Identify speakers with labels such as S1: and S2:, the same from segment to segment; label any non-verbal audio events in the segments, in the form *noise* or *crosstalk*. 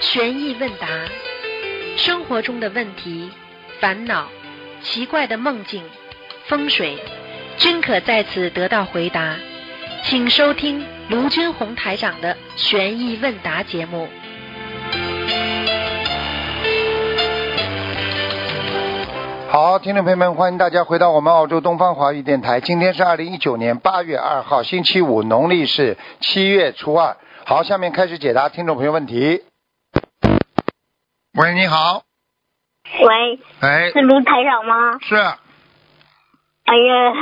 S1: 悬疑问答，生活中的问题、烦恼、奇怪的梦境、风水，均可在此得到回答。请收听卢军红台长的悬疑问答节目。
S2: 好，听众朋友们，欢迎大家回到我们澳洲东方华语电台。今天是二零一九年八月二号，星期五，农历是七月初二。好，下面开始解答听众朋友问题。喂，你好，
S3: 喂，
S2: 哎，
S3: 是卢台长吗？
S2: 是，
S3: 哎呀，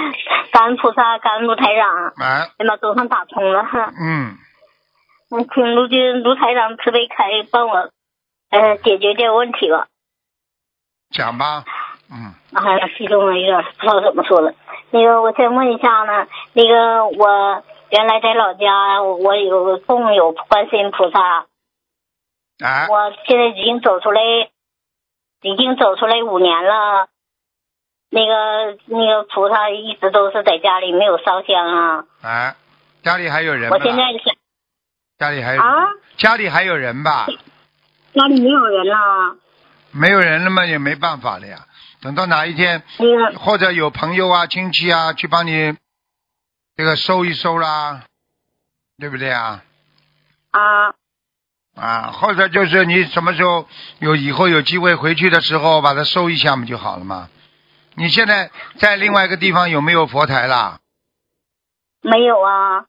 S3: 感恩菩萨，感恩卢台长，
S2: 哎，
S3: 哎妈，总算打通了。
S2: 嗯，
S3: 嗯请卢军卢台长慈悲开，帮我呃解决这个问题吧。
S2: 讲吧，嗯，
S3: 哎呀，激动了，有点不知道怎么说了。那个，我先问一下呢，那个我原来在老家，我我有供有观世音菩萨，
S2: 哎，
S3: 我现在已经走出来，已经走出来五年了。那个那个菩萨一直都是在家里没有烧香啊。
S2: 哎，家里还有人
S3: 我
S2: 吧？
S3: 现在想
S2: 家里还有人
S3: 啊，
S2: 家里还有人吧？
S3: 家里没有人了。
S2: 没有人了嘛，也没办法了呀。等到哪一天，
S3: 那个
S2: 或者有朋友啊、亲戚啊去帮你这个收一收啦，对不对啊？
S3: 啊，
S2: 啊，或者就是你什么时候有以后有机会回去的时候，把它收一下不就好了嘛？你现在在另外一个地方有没有佛台啦？
S3: 没有啊。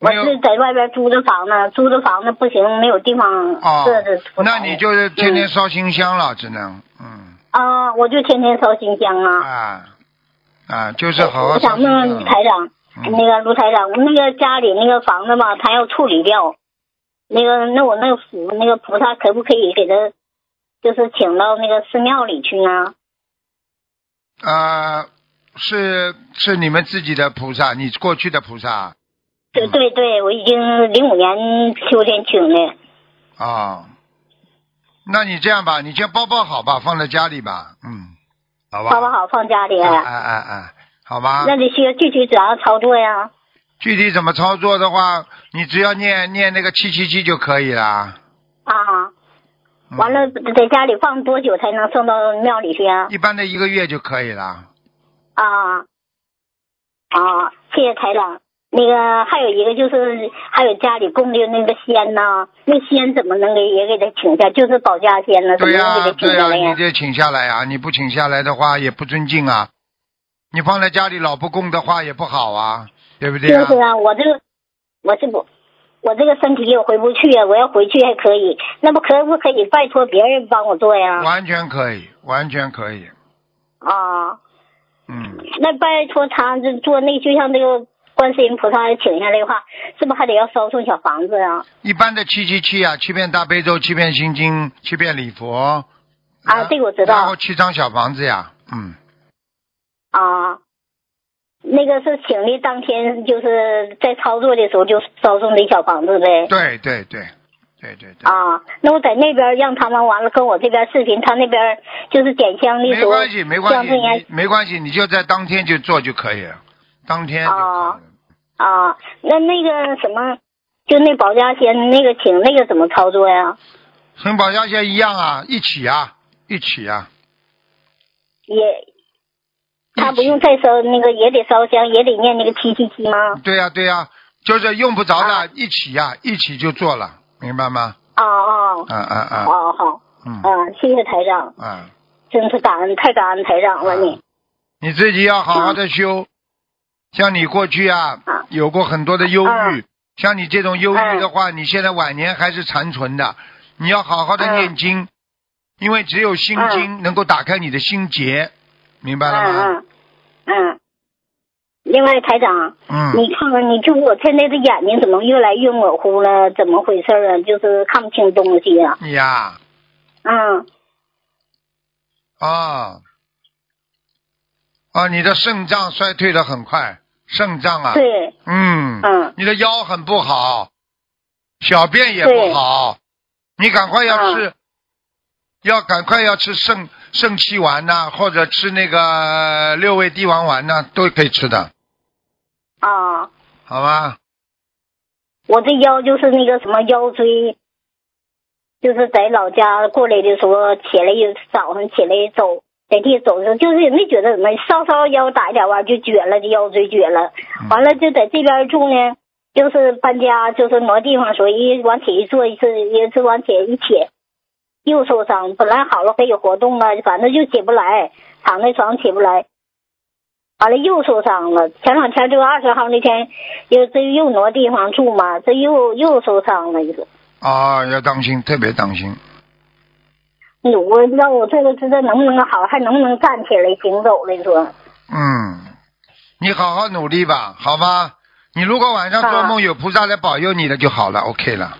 S3: 我
S2: 没有
S3: 是在外边租的房子，租的房子不行，没有地方
S2: 哦
S3: 设置、，
S2: 那你就是天天烧新香了，只能嗯
S3: 啊，我就天天烧新香啊。
S2: 啊啊，就是好好
S3: 我
S2: 烧
S3: 想
S2: 新
S3: 问问
S2: 香。
S3: 台长，
S2: 嗯
S3: 那个卢台长，那个家里那个房子吧，他要处理掉，那个那我那个菩那个菩萨可不可以给他，就是请到那个寺庙里去呢？
S2: 啊，是是你们自己的菩萨，你过去的菩萨啊、
S3: 对对对，我已经零五年秋天请的。
S2: 啊那你这样吧，你先包包好吧，放在家里吧，嗯，好吧，
S3: 包包好放家里，
S2: 哎哎哎哎，好吧。
S3: 那得需要具体怎样操作呀？
S2: 具体怎么操作的话，你只要念念那个七七七就可以啦。
S3: 啊，
S2: 嗯
S3: 完，了在家里放多久才能送到庙里去呀？
S2: 一般的一个月就可以啦。
S3: 啊，啊，谢谢台长。那个还有一个就是，还有家里供的那个仙呐，那仙怎么能给也给他请下？就是保家仙呢，怎
S2: 对
S3: 么
S2: 呀、
S3: 能给
S2: 对
S3: 他请
S2: 呀、
S3: 下来
S2: 你
S3: 呀？
S2: 得请下来啊！你不请下来的话，也不尊敬啊。你放在家里老不供的话，也不好啊，对不对啊？
S3: 就是啊，我这个我这不。我这个身体我回不去呀，我要回去还可以，那不可不可以拜托别人帮我做呀？
S2: 完全可以，完全可以。
S3: 啊，
S2: 嗯，
S3: 那拜托他这做那就像这个观世音菩萨请下来的话，是不是还得要烧送小房子啊？
S2: 一般的七七七啊，七遍大悲咒，七遍心经，七遍礼佛。
S3: 啊这个我知道
S2: 然后七张小房子呀，嗯，
S3: 啊，那个是请的当天，就是在操作的时候就烧送的小房子呗。
S2: 对对对，对对对。
S3: 啊，那我在那边让他们完了跟我这边视频，他那边就是点香的
S2: 没
S3: 时候，
S2: 关系，没关
S3: 像
S2: 系，
S3: 这样
S2: 你没关系，你就在当天就做就可以了，当天就可以了
S3: 哦啊，那那个什么，就那保家仙那个请那个怎么操作呀？
S2: 跟保家仙一样啊，一起啊，一起啊，
S3: 也他不
S2: 一起
S3: 用再烧那个，也得烧香，也得念那个七七七吗？
S2: 对呀、对呀、就是用不着的，
S3: 啊
S2: 一起呀、一起就做了，明白吗？
S3: 哦哦，
S2: 啊啊啊，
S3: 哦好，
S2: 嗯
S3: 嗯，谢谢台长，
S2: 啊，
S3: 真是感恩，太感恩台长了你。
S2: 你自己要好好的修，像你过去嗯啊
S3: 啊，
S2: 有过很多的忧郁
S3: 嗯，
S2: 像你这种忧郁的话，你现在晚年还是残存的，你要好好的
S3: 嗯
S2: 念经，因为只有心经能够打开你的心结，明白了啊吗？
S3: 嗯嗯嗯。另外，台长，
S2: 嗯，
S3: 你看看，你就我现在的眼睛怎么越来越模糊了？怎么回事啊？就是看不清东西啊。
S2: 你呀
S3: 嗯，
S2: 啊啊，你的肾脏衰退的很快，肾脏啊，
S3: 对，
S2: 嗯，
S3: 嗯
S2: 你的腰很不好，小便也不好，你赶快要吃，要赶快要吃肾肾气丸呐、或者吃那个六味地黄丸呐、都可以吃的，
S3: 啊，
S2: 好吗？
S3: 我这腰就是那个什么腰椎，就是在老家过来的时候，起来一早上起来走，在地走的时候，就是也没觉得怎么，稍稍腰打一点弯就撅了，这腰椎撅了。
S2: 嗯
S3: 完了就在这边住呢，就是搬家，就是挪地方的时候，一往铁一坐一次，一次往铁一铁，又受伤。本来好了可以活动了，反正就起不来，躺在床上起不来。完了又受伤了，前两天就二十号那天，又这又挪地方住嘛，这又又受伤了一个。
S2: 啊，要当心，特别当心。
S3: 我让我这个知道能不能好，还能不能站起来行走了？你说
S2: 嗯，你好好努力吧，好吧？你如果晚上做梦有菩萨来保佑你的就好了，OK 了。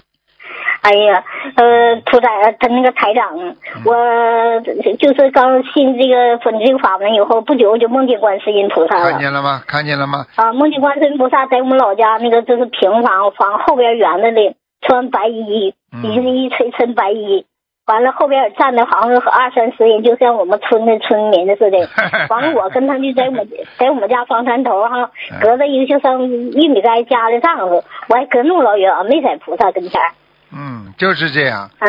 S3: 哎呀，呃，屠宰呃他那个台长，
S2: 嗯
S3: 我就是刚信这个粉这个法门以后不久，我就梦见观世音菩萨
S2: 看
S3: 了
S2: 见了吗？看见了吗？
S3: 啊，梦见观世音菩萨在我们老家那个就是平房房后边园子里，穿白衣，
S2: 嗯
S3: 一一身身白衣，完了后边站的好像有二三十人，就像我们村的村民
S2: *laughs*
S3: 似的。完了，我跟他就在我们在我们家房山头哈
S2: 嗯，
S3: 隔着一个就像玉米杆夹的帐子，我还隔那么老远，没在菩萨跟前儿。
S2: 嗯，就是这样
S3: 啊，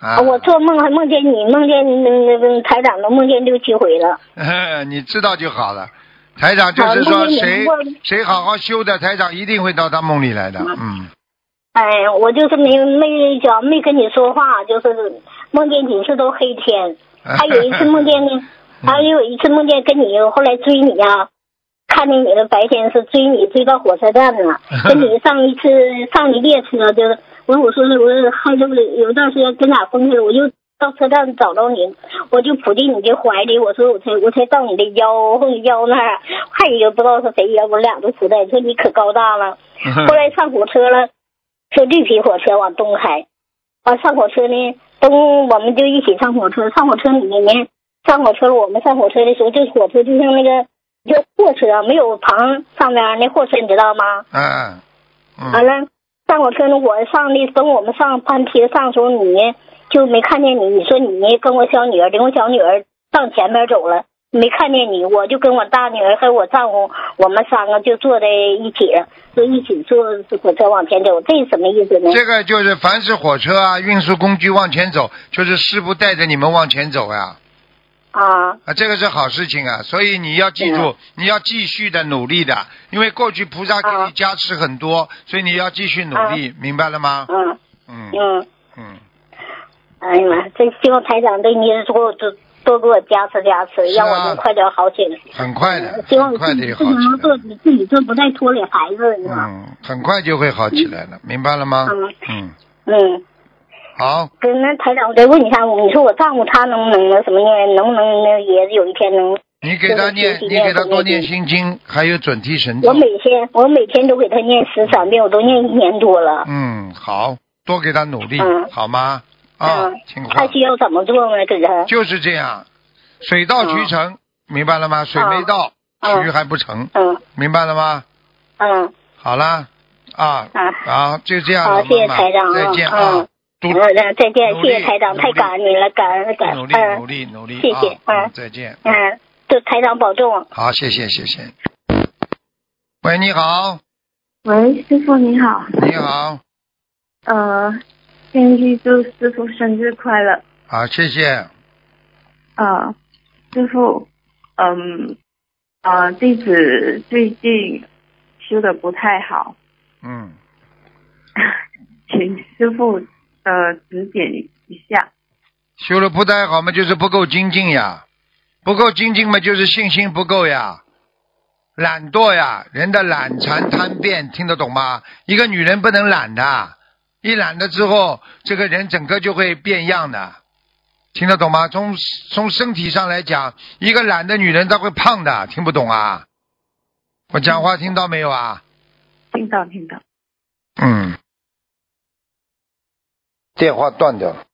S2: 啊。
S3: 我做梦还梦见你，梦见那个台长都梦见六七回了。
S2: *laughs* 你知道就好了。台长就是
S3: 好
S2: 说
S3: 那你
S2: 谁
S3: 我
S2: 谁好好修的，台长一定会到他梦里来的。嗯，
S3: 哎，我就是没没讲，没跟你说话，就是梦见几次都黑天，
S2: 嗯 *laughs*
S3: 还有一次梦见呢，还有一次梦见跟你后来追你啊，看见你了，白天是追你追到火车站了，跟你上一次上一列车就是，我我说我还有有段时间跟哪分开了，我又到车站找着你，我就扑进你的怀里，我说我才我才到你的腰后腰那儿，还有一个不知道是谁呀，我俩都扑在，你说你可高大了。
S2: 嗯
S3: 后来上火车了，是绿皮火车往东开，完、上火车呢，东我们就一起上火车，上火车里面上火车，我们上火车的时候，这火车就像那个就货车啊没有棚上面那货车，你知道吗？
S2: 嗯
S3: 完
S2: 嗯，
S3: 了，上火车呢，我上的等我们上班梯上的时候，你就没看见你，你说你跟我小女儿领我小女儿上前面走了。没看见你，我就跟我大女儿还有我丈夫，我们三个就坐在一起，就一起坐火车往前走，这什么意思呢？
S2: 这个就是凡是火车啊，运输工具往前走，就是师傅带着你们往前走呀、
S3: 啊，
S2: 啊，这个是好事情啊，所以你要记
S3: 对
S2: 住，你要继续的努力的，因为过去菩萨给你
S3: 啊
S2: 加持很多，所以你要继续努力，明白了吗？
S3: 嗯
S2: 嗯
S3: 嗯，
S2: 嗯，
S3: 哎呀妈，这希望台长对你多多多给我加持加持，
S2: 是啊
S3: 让我能快点好起来。
S2: 很快的，
S3: 呃希望
S2: 很快
S3: 自
S2: 的
S3: 己
S2: 也
S3: 自
S2: 好
S3: 己能
S2: 起
S3: 做
S2: 来了，
S3: 自己做不再拖累孩子，是吧？
S2: 嗯，很快就会好起来了，明白了吗？
S3: 嗯
S2: 嗯，
S3: 嗯，
S2: 好，
S3: 跟那台长，我再问一下，你说我丈夫他能不能那什么念，能不能那也有一天能？
S2: 你给他念，
S3: 这个学习
S2: 你给他
S3: 念
S2: 多
S3: 佛
S2: 念
S3: 念
S2: 心经，还有准提神
S3: 我
S2: 咒，
S3: 每天我每天都给他念十三遍，我都念一年多了。
S2: 嗯，好多给他努力，
S3: 嗯
S2: 好吗？啊
S3: 嗯，
S2: 听话
S3: 他，需要怎么做呢？给他
S2: 就是这样，水到渠
S3: 嗯
S2: 成，明白了吗？水没
S3: 嗯
S2: 到，
S3: 嗯
S2: 渠还不成，
S3: 嗯
S2: 明白了吗？
S3: 嗯
S2: 好啦，啊，
S3: 啊，
S2: 好，就这样
S3: 好，
S2: 了，
S3: 谢谢
S2: 妈妈
S3: 台长
S2: 再
S3: 啊，
S2: 见啊
S3: 嗯，，
S2: 多
S3: 好的，再见，
S2: 努
S3: 谢
S2: 力
S3: 谢台长，
S2: 努
S3: 太
S2: 力
S3: 感恩您了，感恩感
S2: 努
S3: 恩，
S2: 力努
S3: 嗯
S2: 力努力，
S3: 谢谢
S2: 啊
S3: 嗯
S2: 再见，
S3: 嗯，祝台长保重。
S2: 好，谢谢谢谢。喂，你好，
S4: 喂，师傅你好，
S2: 你好，
S4: 呃，先预祝师傅生日快乐。
S2: 好，啊谢谢，
S4: 呃，师傅，嗯，呃，弟子最近修的不太好，
S2: 嗯，
S4: 请师傅呃指点一下。
S2: 修的不太好嘛，就是不够精进呀，不够精进嘛，就是信心不够呀。懒惰呀，人的懒馋贪变，听得懂吗？一个女人不能懒的，啊一懒了之后，这个人整个就会变样的，听得懂吗？从从身体上来讲，一个懒的女人她会胖的，听不懂啊？我讲话听到没有啊？
S4: 听到听到，
S2: 嗯。电话断掉了。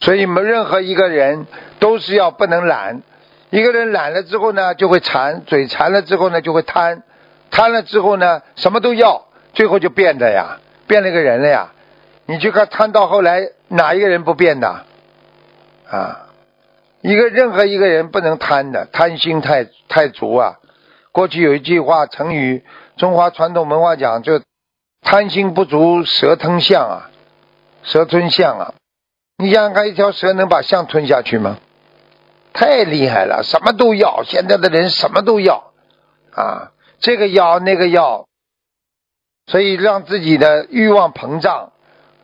S2: 所以，没任何一个人都是要不能懒。一个人懒了之后呢，就会馋；嘴馋了之后呢，就会贪；贪了之后呢，什么都要，最后就变的呀，变了个人了呀。你去看贪到后来，哪一个人不变的？啊，一个任何一个人不能贪的，贪心太太足啊。过去有一句话成语，中华传统文化讲就贪心不足蛇吞象啊，蛇吞象啊！你想想看，一条蛇能把象吞下去吗？太厉害了，什么都要。现在的人什么都要啊，这个要那个要，所以让自己的欲望膨胀，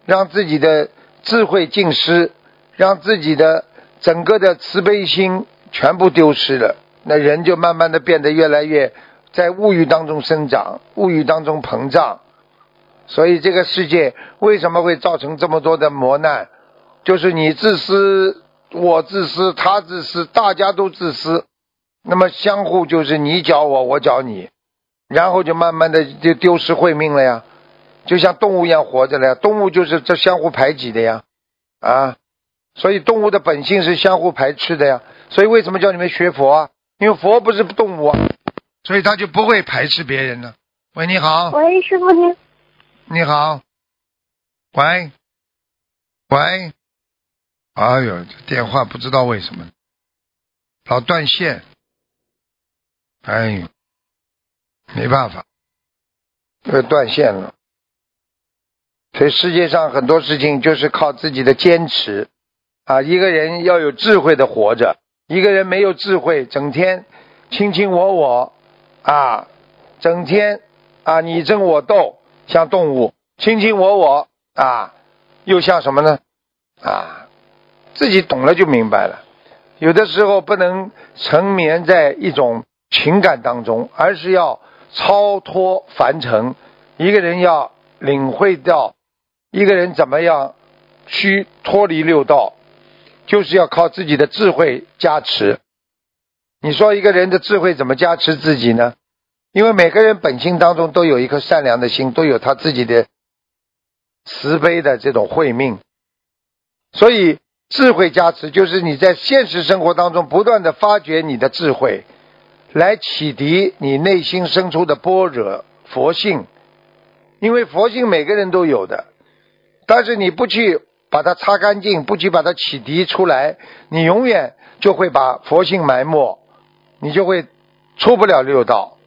S2: 让自己的智慧尽失，让自己的整个的慈悲心全部丢失了。那人就慢慢的变得越来越在物欲当中生长，物欲当中膨胀。所以这个世界为什么会造成这么多的磨难？就是你自私，我自私，他自私，大家都自私，那么相互就是你搅我，我搅你，然后就慢慢的就丢失慧命了呀，就像动物一样活着了呀。动物就是这相互排挤的呀，啊，所以动物的本性是相互排斥的呀。所以为什么叫你们学佛啊？因为佛不是动物啊，所以他就不会排斥别人了。喂，你好，
S5: 喂，师傅您，
S2: 你好，喂，喂，哎呦，这电话不知道为什么老断线，哎呦，没办法，这断线了。所以世界上很多事情就是靠自己的坚持啊，一个人要有智慧的活着，一个人没有智慧，整天卿卿我我啊，整天啊你争我斗，像动物卿卿我我啊，又像什么呢？啊，自己懂了就明白了。有的时候不能沉湎在一种情感当中，而是要超脱凡尘。一个人要领会到，一个人怎么样去脱离六道，就是要靠自己的智慧加持。你说一个人的智慧怎么加持自己呢？因为每个人本性当中都有一颗善良的心，都有他自己的慈悲的这种慧命。所以，智慧加持就是你在现实生活当中不断的发掘你的智慧，来启迪你内心深处的般若佛性。因为佛性每个人都有的，但是你不去把它擦干净，不去把它启迪出来，你永远就会把佛性埋没，你就会出不了六道。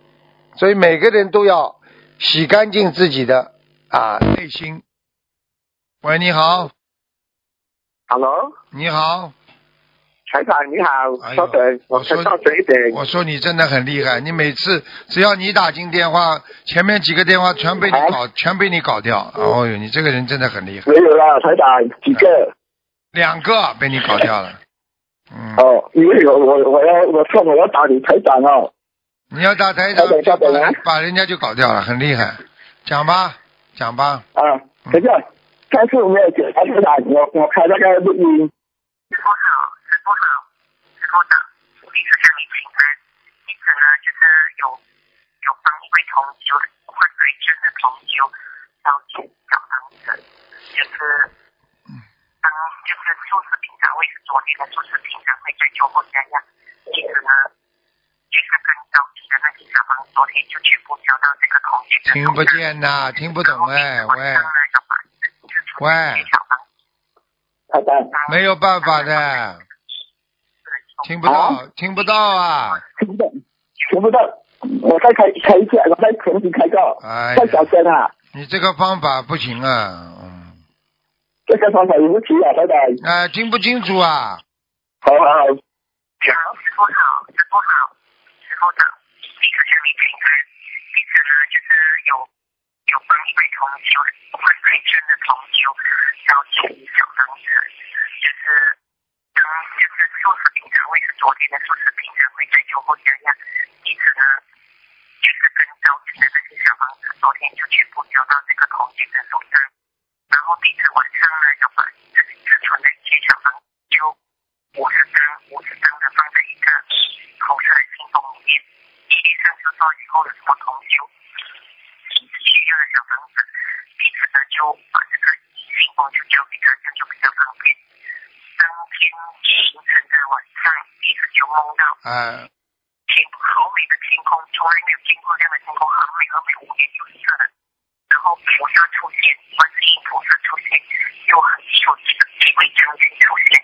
S2: 所以每个人都要洗干净自己的啊内心。喂，你好，
S5: ，Hello，
S2: 你好。
S5: 台长你好，
S2: 哎呦
S5: 稍等，
S2: 我
S5: 我
S2: 说
S5: 先到这一点，
S2: 我说你真的很厉害，你每次只要你打进电话，前面几个电话全被你搞，全被你搞掉。哦呦，你这个人真的很厉害，
S5: 没有啦，台长几
S2: 哎
S5: 个？
S2: 两个被你搞掉了。嗯，
S5: 哦，因为我我我要我说我要打你台长哦，
S2: 你要打台长
S5: 稍，等
S2: 就
S5: 稍
S2: 把
S5: 等啊
S2: 人把人家就搞掉了，很厉害。讲吧，讲吧，
S5: 啊，
S2: 嗯
S5: 等一下，上次我没有解答台长，我我开那个录音，
S6: 师傅好，师傅好，师傅早，弟子向你请安。弟子呢，就是有有帮一位同修患癌症的同修烧建小房子，就是当就是素食平常会昨天的素食平常会在周末加压，弟子呢就是跟着你的那几小房昨天就全部交到这个空间的
S2: 听不见呐，听不懂哎，喂喂，
S6: 小房子
S5: 台长
S2: 没有办法的，听不
S5: 啊
S2: 到，听不到啊，
S5: 听不懂，听不到，我再开开一下，我再重新开个，
S2: 哎呀
S5: 再小声啊，
S2: 你这个方法不行啊，嗯。
S5: 这个方法有问题啊，台长，
S2: 啊、听不清楚啊！
S5: 好好好，
S6: 好，师傅好，师傅好，师傅早，弟子向你请安。弟子呢，就是有有帮一位同修患癌症的同修烧建小房子，就是当就是素食平常会是昨天的素食平常会在秋后加压，弟子呢就是跟着这个小房子，昨天就全部交到这个同修的手上，然后弟子晚上呢就把自己自存的一些小房子就。五十张、五十张的放在一个红色的信封里面。弟弟上次说以后有什么同修需要的小房子，弟子呢就把这个信封就交给他，这样就比较方便。当天凌晨的晚上，弟子就梦到
S2: 啊、
S6: 天好美的天空，从来没有见过这样的天空，好美好美，五颜六色的。然后菩萨出现，观世音菩萨出现，又很有几位将军出现，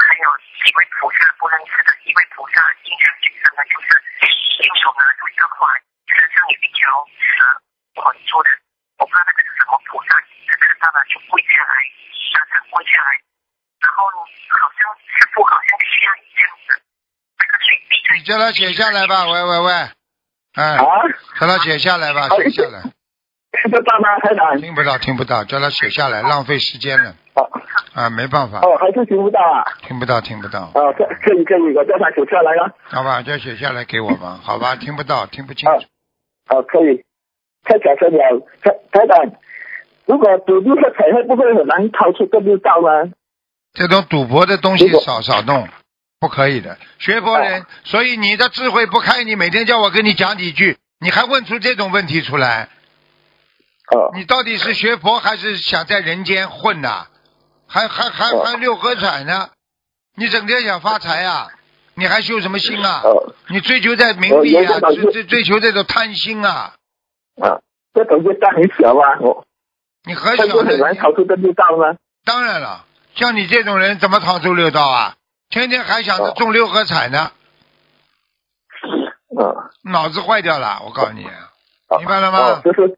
S6: 还有几位菩萨不认识的一位菩萨，印象最深的就是右手拿着一个环，身上有一条蛇捆住的，我不知道那个是什么菩萨，只看到呢就跪下来，让他跪下来，然后好像师傅好像需要你这样子，那个水滴在
S2: 你叫他写下来吧，喂喂喂，哎，
S5: 啊，
S2: 叫他写下来吧，
S5: 好
S2: 写下来，
S5: 听得到啊吗，台长？
S2: 听不到听不到，叫他写下来，浪费时间了
S5: 哦
S2: 啊，没办法，
S5: 哦，还是听不到啊。
S2: 听不到听不到，
S5: 哦，可可以可以，我叫他写下来了。
S2: 好吧，就写下来给我
S5: *laughs*
S2: 吧，好吧，听不到听不清
S5: 啊
S2: 楚，
S5: 哦，可以。太感谢你了，台台长。如果赌注和彩会不会很难逃出这步道吗？
S2: 这种赌博的东西
S5: 如果
S2: 少
S5: 啊
S2: 少弄，不可以的。学佛人，所以你的智慧不开，你每天叫我跟你讲几句，你还问出这种问题出来，
S5: 啊哦，
S2: 你到底是学佛还是想在人间混呐、还还还
S5: 啊
S2: 还六合彩呢？你整天想发财啊？你还修什么心啊？
S5: 哦，
S2: 你追求在名利啊
S5: 我我我，
S2: 追追追求这种贪心啊？
S5: 啊，这种就大很小啊，我
S2: 你很
S5: 这
S2: 小
S5: 不很
S2: 的
S5: 难，逃出这步道吗？
S2: 当然了，像你这种人怎么逃出六道啊？天天还想着
S5: 哦
S2: 中六合彩呢，
S5: 啊，
S2: 脑子坏掉了，我告诉你。啊
S5: 哦
S2: 明白了吗
S5: 哦，就是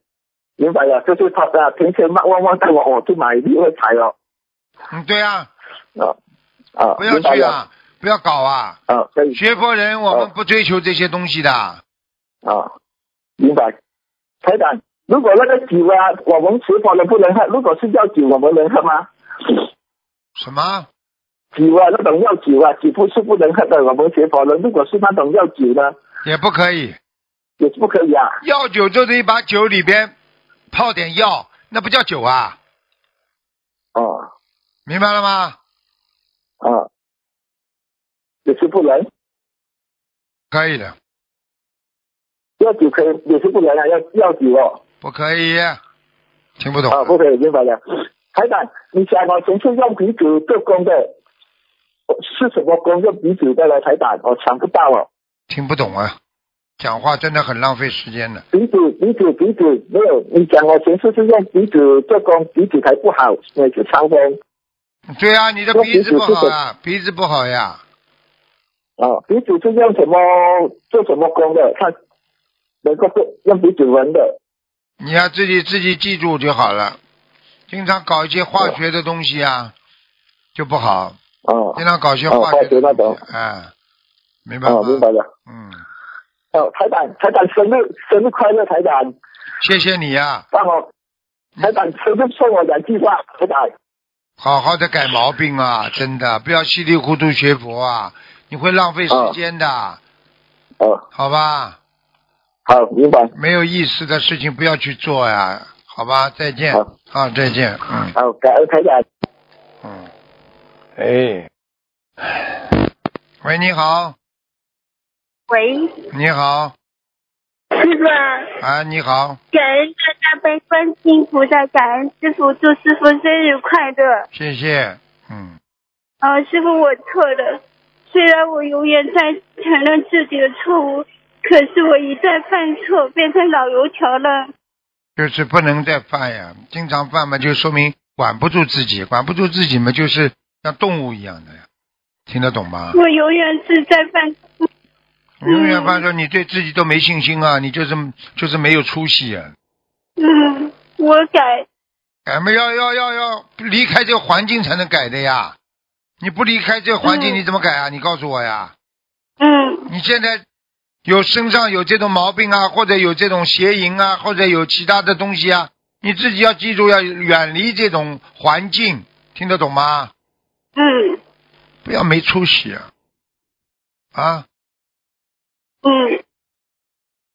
S5: 明白了，就是他啊，平时旺旺旺带我，我就买六合彩了。
S2: 嗯，对啊，
S5: 啊啊，
S2: 不要
S5: 明白
S2: 去
S5: 了。哦
S2: 啊，不要搞啊！
S5: 啊，可以
S2: 学佛人，我们不追求这些东西的。
S5: 啊，明白。台长，如果那个酒啊，我们吃佛了不能喝，如果是药酒，我们能喝吗？
S2: 什么？
S5: 酒啊，那种药酒啊，酒不是不能喝的，我们学佛了。如果是那种药酒呢，
S2: 也不可以。
S5: 也是不可以啊。
S2: 药酒就是一把酒里边泡点药，那不叫酒啊，
S5: 哦，
S2: 明白了吗？
S5: 啊，也是不能，
S2: 可以的，
S5: 药酒可以，也是不能啊，药药酒哦。
S2: 不可以，听不懂。
S5: 啊，不可以，明白了。台长，你想我曾经用鼻子做工的，我是什么工用鼻子的呢？台长，我想不到哦。
S2: 听不懂啊，讲话真的很浪费时间的。
S5: 鼻子，鼻子，鼻子，没有，你讲我前世是用鼻子做工，鼻子还不好，每次伤风。
S2: 对啊，你的
S5: 那
S2: 鼻子
S5: 鼻子
S2: 不好
S5: 是
S2: 啊，鼻子不好呀。
S5: 哦，鼻子是用什么做什么工的？看能够做用鼻子闻的。
S2: 你要自己自己记住就好了。经常搞一些化学的东西啊，就不好。
S5: 哦
S2: 经常搞一些化学的
S5: 哦化学那
S2: 东
S5: 种
S2: 西，哎，明白吗？
S5: 哦，明白了。
S2: 嗯，
S5: 哦，台长，台长生日生日快乐，台长，
S2: 谢谢你啊呀、
S5: 让我
S2: 嗯
S5: 台长生日送我两句话，台长。
S2: 好好的改毛病啊，真的不要稀里糊涂学佛啊，你会浪费时间的，
S5: 啊哦，
S2: 好吧？
S5: 好，明白。
S2: 没有意思的事情不要去做呀、好吧？再见
S5: 好
S2: 啊，再见，嗯
S5: 好，感恩台长。
S2: 嗯。
S7: 哎，
S2: 喂，你好，
S8: 喂，
S2: 你好，
S8: 师傅啊，
S2: 啊，你好，
S8: 感恩大家被观世音菩萨，感恩师傅，祝师傅生日快乐。
S2: 谢谢，嗯，
S8: 啊，师傅，我错了，虽然我永远在承认自己的错误，可是我一再犯错，变成老油条了。
S2: 就是不能再犯呀，经常犯嘛，就说明管不住自己，管不住自己嘛，就是像动物一样的呀，听得懂吗？
S8: 我永远是在犯，
S2: 你永远犯说你对自己都没信心啊，你就是就是没有出息啊。
S8: 嗯，我改，
S2: 改嘛，要要要要离开这个环境才能改的呀！你不离开这个环境，
S8: 嗯
S2: 你怎么改啊？你告诉我呀！
S8: 嗯
S2: 你现在有身上有这种毛病啊，或者有这种邪淫啊，或者有其他的东西啊，你自己要记住，要远离这种环境，听得懂吗？
S8: 嗯
S2: 不要没出息啊！啊，
S8: 嗯，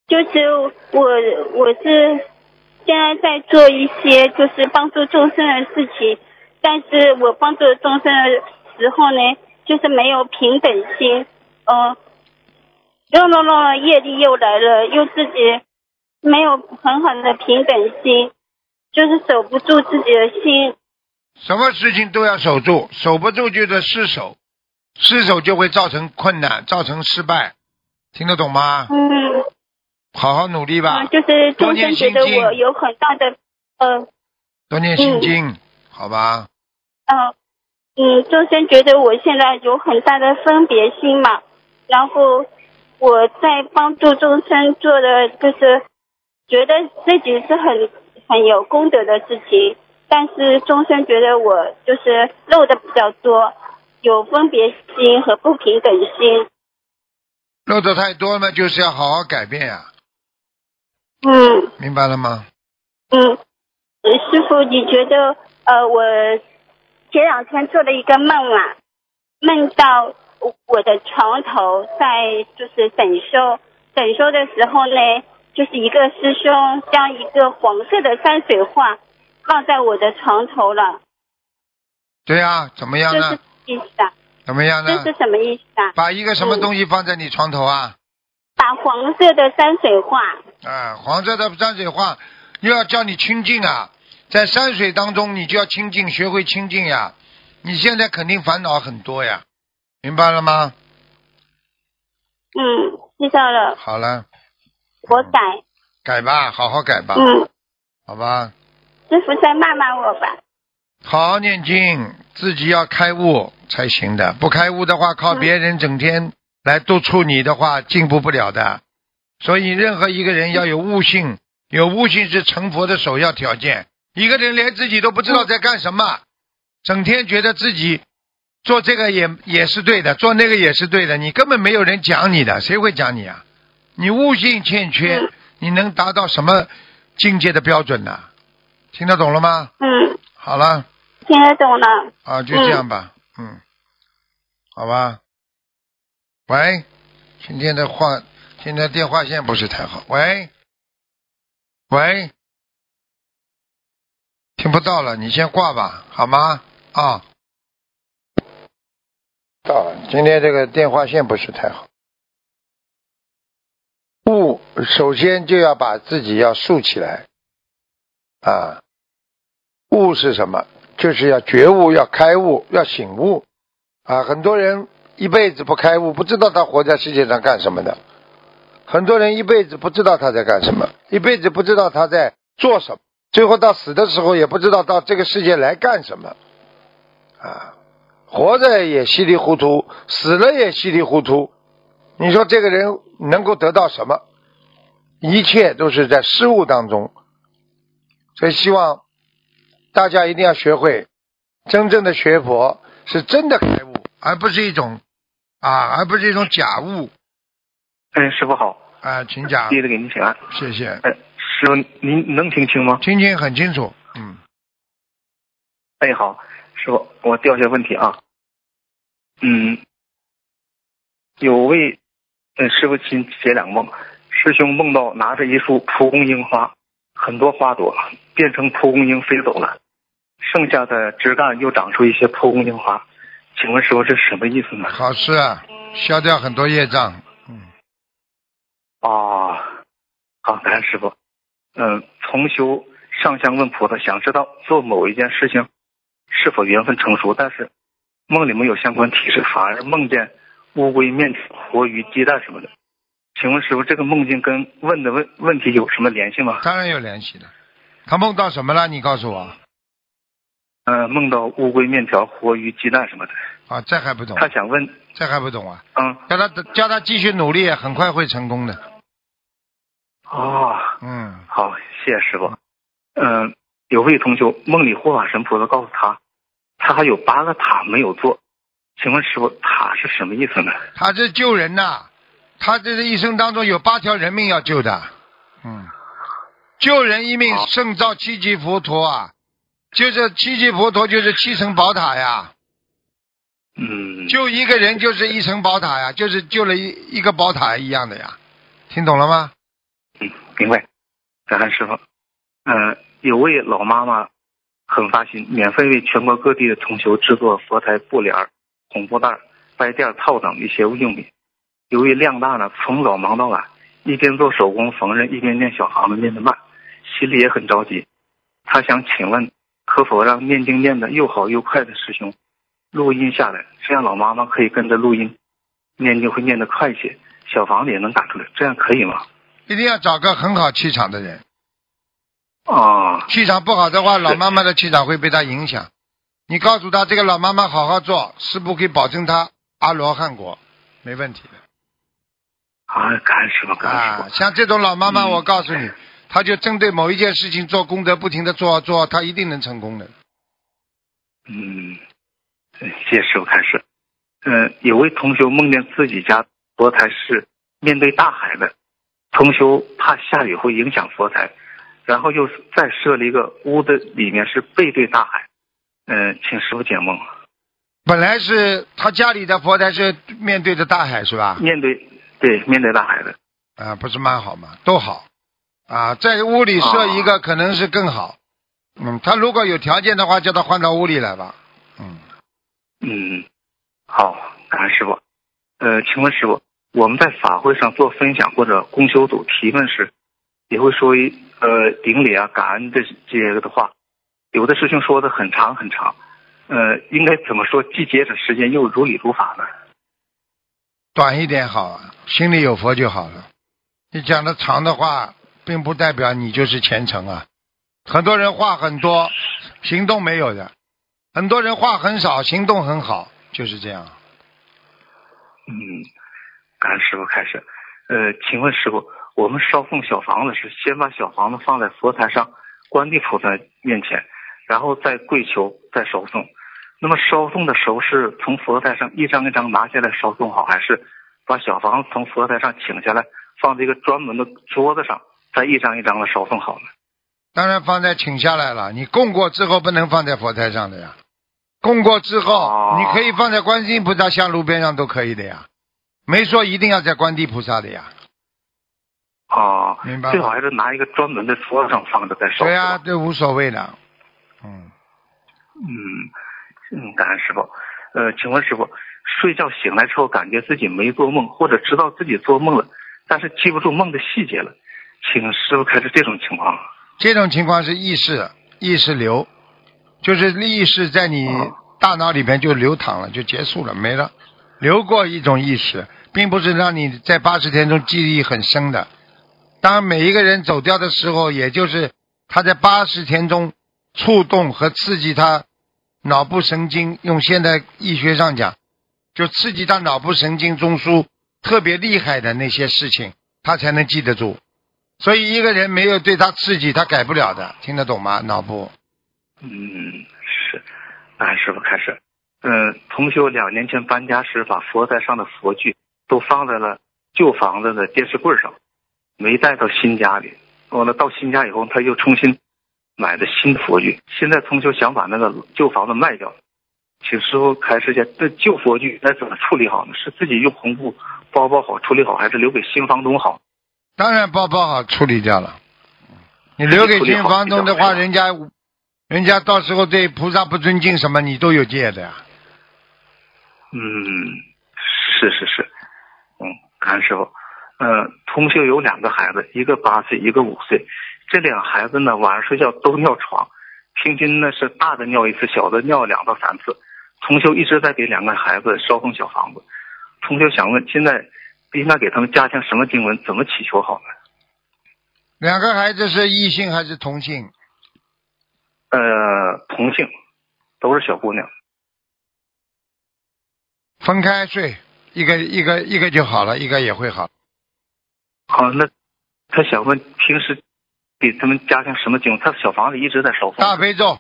S8: 就是我我是现在在做一些就是帮助众生的事情，但是我帮助众生的时候呢，就是没有平等心，嗯、呃，又弄弄了业力又来了，又自己没有很好的平等心，就是守不住自己的心，
S2: 什么事情都要守住，守不住就得失守，失守就会造成困难，造成失败，听得懂吗？
S8: 嗯，
S2: 好好努力吧
S8: 嗯，。就是
S2: 啊多
S8: 众
S2: 念
S8: 生
S2: 心
S8: 觉得
S2: 经
S8: 我有很大的，呃。
S2: 多念心经，好吧？
S8: 嗯，嗯，众生觉得我现在有很大的分别心嘛，然后我在帮助众生做的就是觉得自己是很很有功德的事情，
S9: 但是众生觉得我就是漏的比较多，有分别心和不平等心。
S2: 漏的太多嘛，就是要好好改变呀、
S9: 嗯
S2: 明白了吗？
S9: 嗯，呃师傅，你觉得呃，我前两天做了一个梦啊，梦到我我的床头在就是整修，整修的时候呢，就是一个师兄将一个黄色的山水画放在我的床头了，
S2: 对呀、怎么
S9: 这
S2: 样
S9: 是什
S2: 呢
S9: 么？意思啊？
S2: 怎么样
S9: 这
S2: 呢
S9: 是？什么意思啊？
S2: 把一个什么东西放在你床头啊？
S9: 把黄色的山水画，
S2: 啊，黄色的山水画，又要叫你清净啊，在山水当中，你就要清净，学会清净呀。你现在肯定烦恼很多呀，明白了吗？
S9: 嗯，记到了，
S2: 好了，
S9: 我改，
S2: 改吧，好好改吧，
S9: 嗯，
S2: 好吧，
S9: 师傅再骂骂我吧，
S2: 好好念经，自己要开悟才行的。不开悟的话，靠
S9: 嗯
S2: 别人整天来督促你的话，进步不了的。所以，任何一个人要有悟性，有悟性是成佛的首要条件。一个人连自己都不知道在干什么，整天觉得自己做这个也也是对的，做那个也是对的，你根本没有人讲你的，谁会讲你啊？你悟性欠缺
S9: 嗯，
S2: 你能达到什么境界的标准呢、听得懂了吗？
S9: 嗯，
S2: 好了。
S9: 听得懂了，
S2: 啊，就这样吧，嗯好吧。喂，今天的话，今天电话线不是太好。喂，喂，听不到了，你先挂吧，好吗？啊，到了，今天这个电话线不是太好。悟，首先就要把自己要竖起来，啊，悟是什么？就是要觉悟，要开悟，要醒悟啊！很多人一辈子不开悟，不知道他活在世界上干什么的。很多人一辈子不知道他在干什么，一辈子不知道他在做什么，最后到死的时候也不知道到这个世界来干什么啊！活着也稀里糊涂，死了也稀里糊涂。你说这个人能够得到什么？一切都是在失误当中，所以希望大家一定要学会，真正的学佛是真的开悟，而不是一种啊，而不是一种假悟
S6: 哎，师傅好，
S2: 啊，请讲，
S6: 弟子给您请安。
S2: 谢谢，
S6: 哎，师傅，您能听清吗？
S2: 听清很清楚，嗯，
S6: 哎，好，师傅，我调些问题啊。嗯，有位，嗯，师傅亲解两个梦，师兄梦到拿着一束蒲公英花，很多花朵变成蒲公英飞走了，剩下的枝干又长出一些蒲公英花，请问师傅这是什么意思呢？
S2: 好事啊，消掉很多业障，嗯，
S6: 哦，好，感恩师傅。嗯，重修上香问菩萨，想知道做某一件事情是否缘分成熟，但是梦里没有相关提示，反而梦见乌龟、面条、活鱼、鸡蛋什么的。请问师傅，这个梦境跟问的问问题有什么联系吗？
S2: 当然有联系的。他梦到什么了？你告诉我
S6: 嗯、梦到乌龟、面条、活鱼、鸡蛋什么的，
S2: 啊，这还不懂，
S6: 他想问，
S2: 这还不懂啊？
S6: 嗯，
S2: 叫他叫他继续努力，很快会成功的，
S6: 哦，
S2: 嗯，
S6: 好，谢谢师傅。嗯、有位同修梦里护法神菩萨告诉他，他还有八个塔没有做，请问师傅塔是什么意思呢？
S2: 他这救人呐、他这一生当中有八条人命要救的，嗯，救人一命
S6: 好
S2: 胜造七级浮屠啊，就是七级浮屠就是七层宝塔呀，
S6: 嗯，
S2: 救一个人就是一层宝塔呀，就是救了一一个宝塔一样的呀，听懂了吗？
S6: 明白。感恩师傅。嗯、有位老妈妈很发心，免费为全国各地的同修制作佛台布帘儿、红布袋儿、白垫儿套等一些用品。由于量大呢，从早忙到晚，一边做手工缝纫，一边念小房子念得慢，心里也很着急。他想请问，可否让念经念得又好又快的师兄录音下来，这样老妈妈可以跟着录音，念经会念得快一些，小房子也能打出来，这样可以吗？
S2: 一定要找个很好气场的人，
S6: 啊，
S2: 气场不好的话，老妈妈的气场会被他影响。你告诉他，这个老妈妈好好做，师傅可以保证他阿罗汉果，没问题的。
S6: 啊，感恩师傅，感恩师
S2: 啊，
S6: 傅。
S2: *laughs* 像这种老妈妈，
S6: 嗯
S2: 我告诉你，他就针对某一件事情做功德，不停的做做，他一定能成功的。
S6: 嗯，呃谢谢师傅开始。呃，有位同学梦见自己家佛台是面对大海的，同学怕下雨会影响佛台，然后又再设了一个屋子，里面是背对大海。呃，请师傅解梦。
S2: 本来是他家里的佛台是面对着大海是吧？
S6: 面对对面对大海的，
S2: 啊，不是蛮好吗？都好，啊，在屋里设一个可能是更好。嗯，他如果有条件的话，叫他换到屋里来吧。嗯，
S6: 嗯，好，感恩师傅。呃，请问师傅，我们在法会上做分享或者公修组提问时，也会说一呃顶礼啊、感恩这这些的话，有的师兄说的很长很长，呃，应该怎么说既节省时间又如理如法呢？
S2: 短一点好啊，心里有佛就好了。你讲的长的话，并不代表你就是虔诚啊。很多人话很多，行动没有的；很多人话很少，行动很好，就是这样。
S6: 嗯，感恩师傅开始。呃，请问师傅，我们烧送小房子是先把小房子放在佛台上，观地菩萨面前，然后再跪求，再烧送。那么烧送的时候是从佛台上一张一张拿下来烧送好，还是把小房子从佛台上请下来，放在一个专门的桌子上，再一张一张的烧送好呢？
S2: 当然放在请下来了，你供过之后不能放在佛台上的呀。供过之后，
S6: 哦
S2: 你可以放在观世音菩萨像炉边上都可以的呀，没说一定要在观地菩萨的呀。
S6: 哦，
S2: 明白了
S6: 最好还是拿一个专门的桌子上放着再烧。
S2: 对呀、
S6: 是吧
S2: 这无所谓的。嗯，
S6: 嗯嗯，感恩师傅。呃，请问师傅，睡觉醒来之后感觉自己没做梦，或者知道自己做梦了，但是记不住梦的细节了，请师傅开始这种情况。
S2: 这种情况是意识意识流，就是意识在你
S6: 哦
S2: 大脑里边就流淌了，就结束了，没了。流过一种意识，并不是让你在八十天中记忆很深的。当每一个人走掉的时候，也就是他在八十天中触动和刺激他脑部神经，用现代医学上讲，就刺激他脑部神经中枢特别厉害的那些事情，他才能记得住。所以一个人没有对他刺激，他改不了的，听得懂吗？脑部
S6: 嗯，是，感恩师傅开始。嗯、同修两年前搬家时，把佛台上的佛具都放在了旧房子的电视柜上，没带到新家里。完了，到新家以后，他又重新买的新佛具。现在同修想把那个旧房子卖掉，请师傅开示一下，这旧佛具该怎么处理好呢？是自己用红布包包好处理好，还是留给新房东好？
S2: 当然包包好处理掉了。你留给新房东的话，人家人家到时候对菩萨不尊敬什么，你都有戒的呀。
S6: 嗯，是是是，嗯，感恩师傅。呃，同修有两个孩子，一个八岁，一个五岁。这两个孩子呢，晚上睡觉都尿床，平均呢是大的尿一次，小的尿两到三次。同修一直在给两个孩子烧送小房子。同修想问，现在应该给他们加强什么经文，怎么祈求好呢？
S2: 两个孩子是异性还是同性？
S6: 呃，同性，都是小姑娘。
S2: 分开睡，一个一个一个就好了，一个也会好。
S6: 好、那他想问，平时给他们加强什么经文？他小房子一直在烧
S2: 大
S6: 送，
S2: 悲咒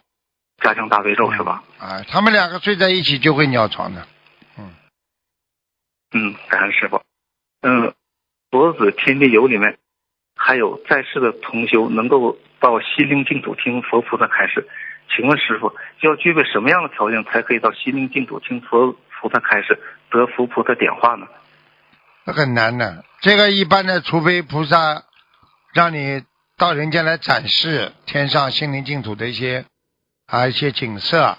S6: 加强大悲咒是吧？
S2: 啊，他们两个睡在一起就会尿床的。
S6: 嗯，感恩师傅。嗯，佛子天地游里面，还有在世的同修能够到心灵净土听佛菩萨开示，请问师傅要具备什么样的条件才可以到心灵净土听佛菩萨开示，得佛菩萨点化呢？
S2: 那很难的。这个一般的，除非菩萨让你到人间来展示天上心灵净土的一些啊一些景色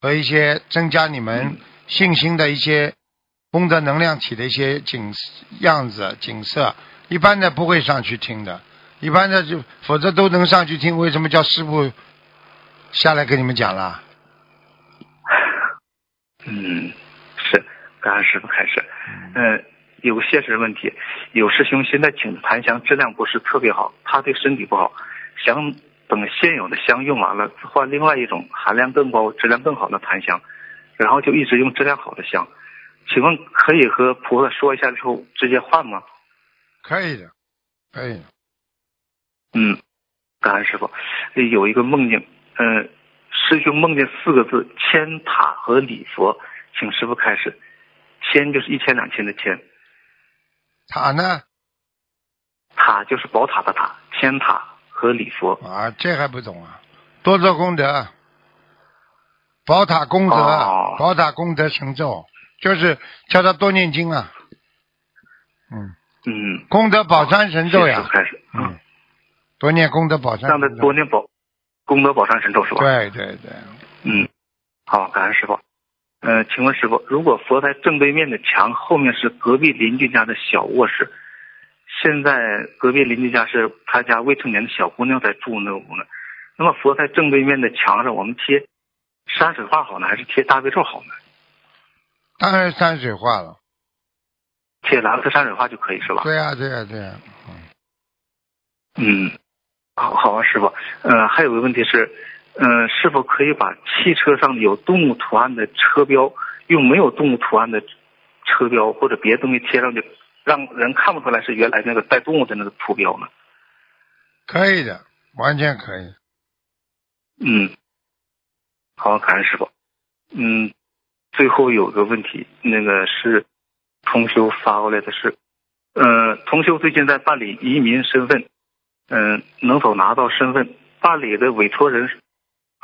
S2: 和一些增加你们信心的一些功德能量体的一些景样子景色，一般的不会上去听的。一般的就否则都能上去听，为什么叫师傅下来跟你们讲了？
S6: 嗯，是，感恩师傅开始。嗯，有个现实问题，有师兄现在请的檀香质量不是特别好，怕对身体不好，想等现有的香用完了，换另外一种含量更高、质量更好的檀香，然后就一直用质量好的香。请问可以和菩萨说一下之后直接换吗？
S2: 可以的，可以的。
S6: 嗯，感恩师傅。呃有一个梦境，呃，师兄梦见四个字“千塔和礼佛”，请师傅开始。千就是一千两千的千，
S2: 塔呢？
S6: 塔就是宝塔的塔，千塔和礼佛。
S2: 啊，这还不懂啊？多做功德，宝塔功德，
S6: 哦
S2: 宝塔功德成咒，就是叫他多念经啊。嗯，
S6: 嗯，
S2: 功德宝山神咒
S6: 请师
S2: 呀
S6: 傅，开始。嗯，
S2: 嗯，多念功德宝山
S6: 让他
S2: 神咒
S6: 多。念宝功德宝山神咒是吧？
S2: 对对对，
S6: 嗯，好，感恩师傅。呃，请问师傅，如果佛台正对面的墙后面是隔壁邻居家的小卧室，现在隔壁邻居家是他家未成年的小姑娘在住那屋呢，那么佛台正对面的墙上我们贴山水画好呢，还是贴大悲咒好呢？
S2: 当然山水画了。
S6: 贴蓝色山水画就可以是吧？
S2: 对呀、对呀、对呀、
S6: 嗯，好，好啊，师傅。呃，还有个问题是，呃，是否可以把汽车上有动物图案的车标，用没有动物图案的车标或者别的东西贴上去，让人看不出来是原来那个带动物的那个图标呢？
S2: 可以的，完全可以。
S6: 嗯，好，感恩师傅。嗯，最后有个问题，那个是同修发过来的是，呃，同修最近在办理移民身份，嗯、能否拿到身份？办理的委托人，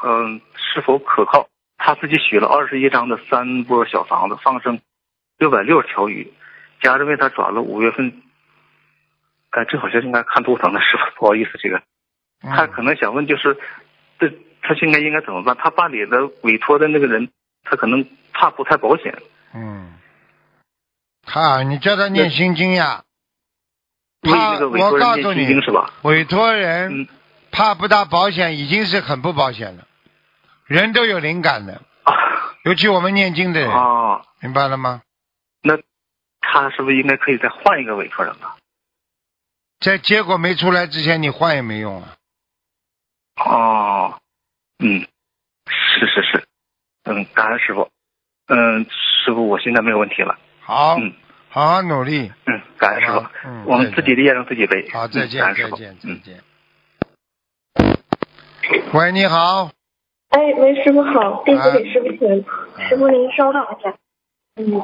S6: 嗯、是否可靠？他自己许了二十一张的三波小房子，放生六百六十条鱼，家人为他转了五月份，哎、这好像应该看图腾的师傅，不好意思，这个。
S2: 嗯、
S6: 他可能想问就是，这他现在应该怎么办？他办理的委托的那个人，他可能怕不太保险。
S2: 嗯，他你叫他念心经呀。
S6: 为那个委托
S2: 我告
S6: 人
S2: 诉
S6: 念心
S2: 你
S6: 经，是吧？
S2: 委托人
S6: 嗯
S2: 怕不大保险，已经是很不保险了。人都有灵感的，
S6: 啊
S2: 尤其我们念经的人，
S6: 啊，
S2: 明白了吗？
S6: 那他是不是应该可以再换一个委托人啊了？
S2: 在结果没出来之前，你换也没用啊。
S6: 哦，嗯，是是是，嗯，感恩师傅，嗯，师傅我现在没有问题了，
S2: 好，
S6: 嗯
S2: 好好努力。
S6: 嗯，感恩师
S2: 好
S6: 傅
S2: 吧，嗯
S6: 我
S2: 再
S6: 们
S2: 见
S6: 自己的业障自己背。
S2: 好，再见，
S6: 嗯感恩
S2: 再
S6: 师傅
S2: 见，再
S6: 嗯。
S2: 见。喂，你好，
S10: 哎，喂，师傅好，弟子
S2: 啊
S10: 给师傅请安，师傅您稍等一下。嗯，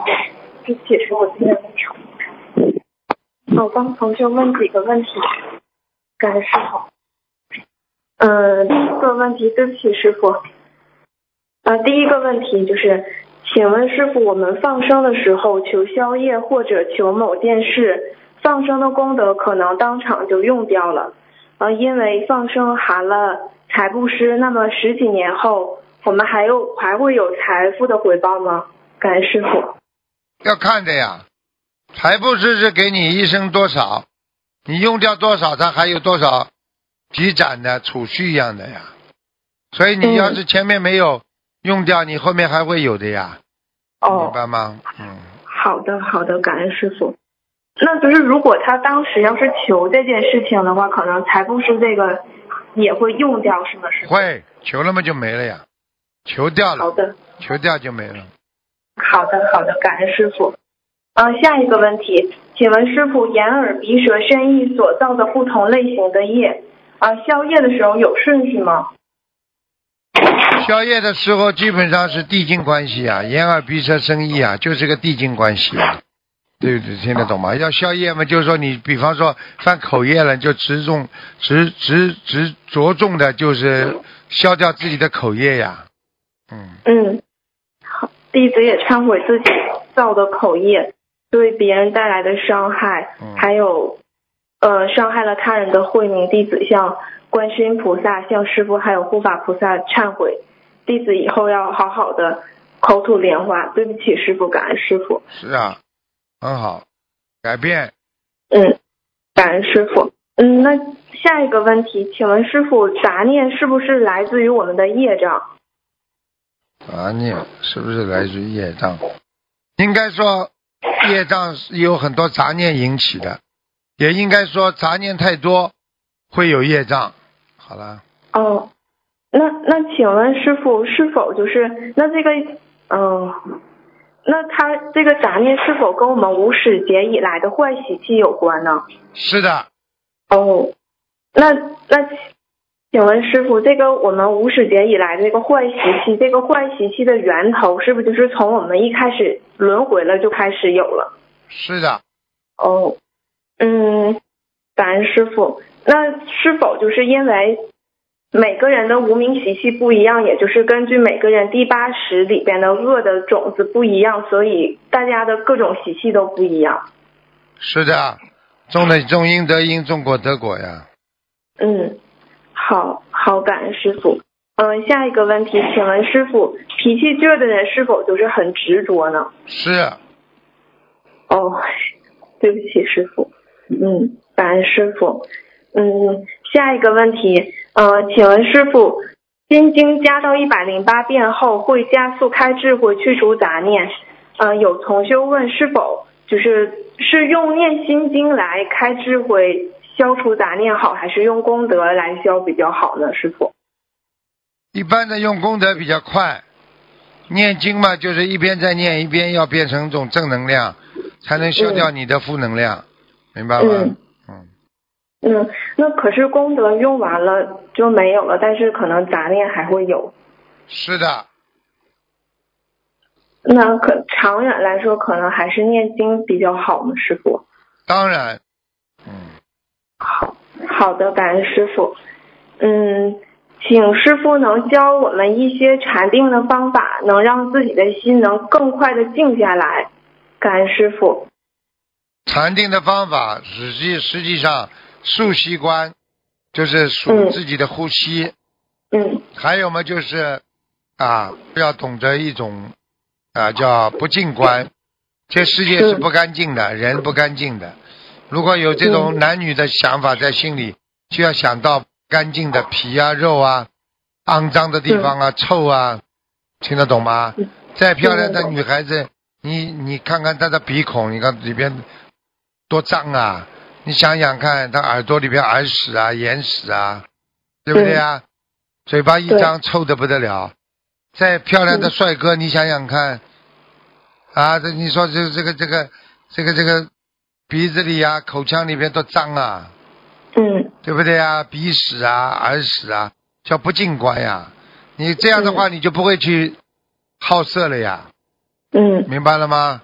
S10: 对不起，师傅，今天没场。我帮同学问几个问题，感恩师傅。呃，第一个问题，对不起，师傅。呃，第一个问题就是，请问师傅，我们放生的时候求宵夜或者求某件事，放生的功德可能当场就用掉了。呃，因为放生含了财布施，那么十几年后，我们还有还会有财富的回报吗？感恩师傅。
S2: 要看的呀，财布施是给你一生多少，你用掉多少，它还有多少积攒的储蓄一样的呀。所以你要是前面没有用掉，你后面还会有的呀，明
S10: 哦，
S2: 白吗？嗯，
S10: 好的好的，感恩师傅。那就是如果他当时要是求这件事情的话，可能财布施这个也会用掉，是吗？师傅。
S2: 会求了嘛就没了呀，求掉
S10: 好
S2: 了，
S10: 的，
S2: 求掉就没了。
S10: 好的，好的，感恩师傅。嗯、下一个问题，请问师傅，眼耳鼻舌身意所造的不同类型的业，啊、消业的时候有顺序吗？
S2: 宵夜的时候基本上是递进关系啊，眼耳鼻舌身意啊，就是个递进关系啊，对不对？听得懂吗？要宵夜嘛，就是说你比方说犯口业了，就直重直直直着重的就是消掉自己的口业呀，嗯，
S10: 嗯，好，弟子也忏悔自己造的口业，对别人带来的伤害，
S2: 嗯
S10: 还有呃伤害了他人的慧命。弟子向观世音菩萨、向师父还有护法菩萨忏悔。弟子以后要好好的口吐莲花。对不起，师父，感恩师父。
S2: 是啊，很好，改变
S10: 嗯，感恩师傅。嗯，那下一个问题，请问师傅，杂念是不是来自于我们的业障？
S2: 杂念啊是不是来自于业障？应该说业障是有很多杂念引起的，也应该说杂念太多会有业障。好了。
S10: 哦，那那请问师傅是否就是那这个嗯、那他这个杂念是否跟我们无始劫以来的坏习气有关呢？
S2: 是的，
S10: 哦，那那，请问师傅，这个我们无始劫以来的这个坏习气，这个坏习气的源头是不是就是从我们一开始轮回了就开始有了？
S2: 是的，
S10: 哦，嗯，感恩师傅。那是否就是因为每个人的无名习气不一样，也就是根据每个人第八识里边的恶的种子不一样，所以大家的各种习气都不一样？
S2: 是的，种的种因得因，种果得果呀。
S10: 嗯，好好，感恩师傅。嗯，下一个问题，请问师傅，脾气倔的人是否就是很执着呢？
S2: 是，
S10: 哦，对不起，师傅。嗯，感恩师傅。嗯，下一个问题，呃，请问师傅，心经加到一百零八遍后，会加速开智慧，去除杂念。呃，有同修问是否就是是用念心经来开智慧，消除杂念好，还是用功德来消比较好呢？师傅？
S2: 一般的用功德比较快，念经嘛，就是一边在念，一边要变成一种正能量，才能消掉你的负能量，明白吗
S10: 嗯？
S2: 嗯，
S10: 嗯，那可是功德用完了就没有了，但是可能杂念还会有。
S2: 是的，
S10: 那可长远来说，可能还是念经比较好吗？师傅？
S2: 当然，嗯，
S10: 好的，感恩师傅。嗯，请师傅能教我们一些禅定的方法，能让自己的心能更快的静下来。感恩师傅。
S2: 禅定的方法实际实际上数息观，就是数
S10: 嗯
S2: 自己的呼吸。
S10: 嗯
S2: 还有嘛，就是啊，要懂得一种啊叫不净观，这世界是
S10: 嗯
S2: 不干净的，人不干净的。如果有这
S10: 嗯
S2: 种男女的想法在心里，就要想到干净的皮啊、肉啊、肮脏的地方啊、臭啊，听得懂吗
S10: 嗯？
S2: 再漂亮的
S10: 听得懂
S2: 女孩子，你你看看她的鼻孔，你看里边多脏啊！你想想看，她耳朵里边耳屎啊、眼屎啊，对不对啊？嘴巴一张臭的不得了，再漂亮的帅哥，你想想看，啊，这你说这这个这个这个这个鼻子里啊、口腔里边都脏啊，
S10: 嗯
S2: 对不对啊？鼻屎啊、耳屎啊，叫不净观呀。你这样的话，你就不会去好色了呀，
S10: 嗯，
S2: 明白了吗？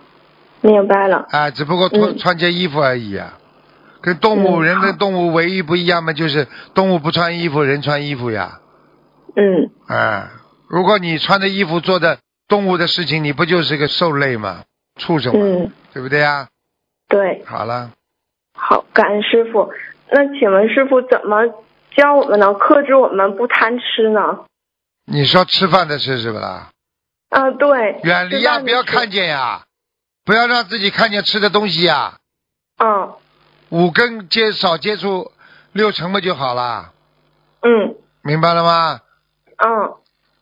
S10: 明白了。
S2: 啊，只不过穿、
S10: 嗯
S2: 穿件衣服而已啊。跟动物、
S10: 嗯
S2: 人
S10: 好
S2: 跟动物唯一不一样嘛，就是动物不穿衣服，人穿衣服呀。
S10: 嗯
S2: 啊，如果你穿的衣服做的动物的事情，你不就是个兽类吗？畜生嘛，
S10: 嗯，
S2: 对不对呀？
S10: 对，
S2: 好了，
S10: 好，感恩师傅。那请问师傅怎么教我们能克制我们不贪吃呢？
S2: 你说吃饭的事是不啦？
S10: 啊，对，
S2: 远离呀，
S10: 吃饭的
S2: 不要
S10: 事
S2: 看。见呀，不要让自己看见吃的东西呀。
S10: 嗯
S2: 五根接少接触六成嘛就好啦，
S10: 嗯
S2: 明白了吗？
S10: 嗯，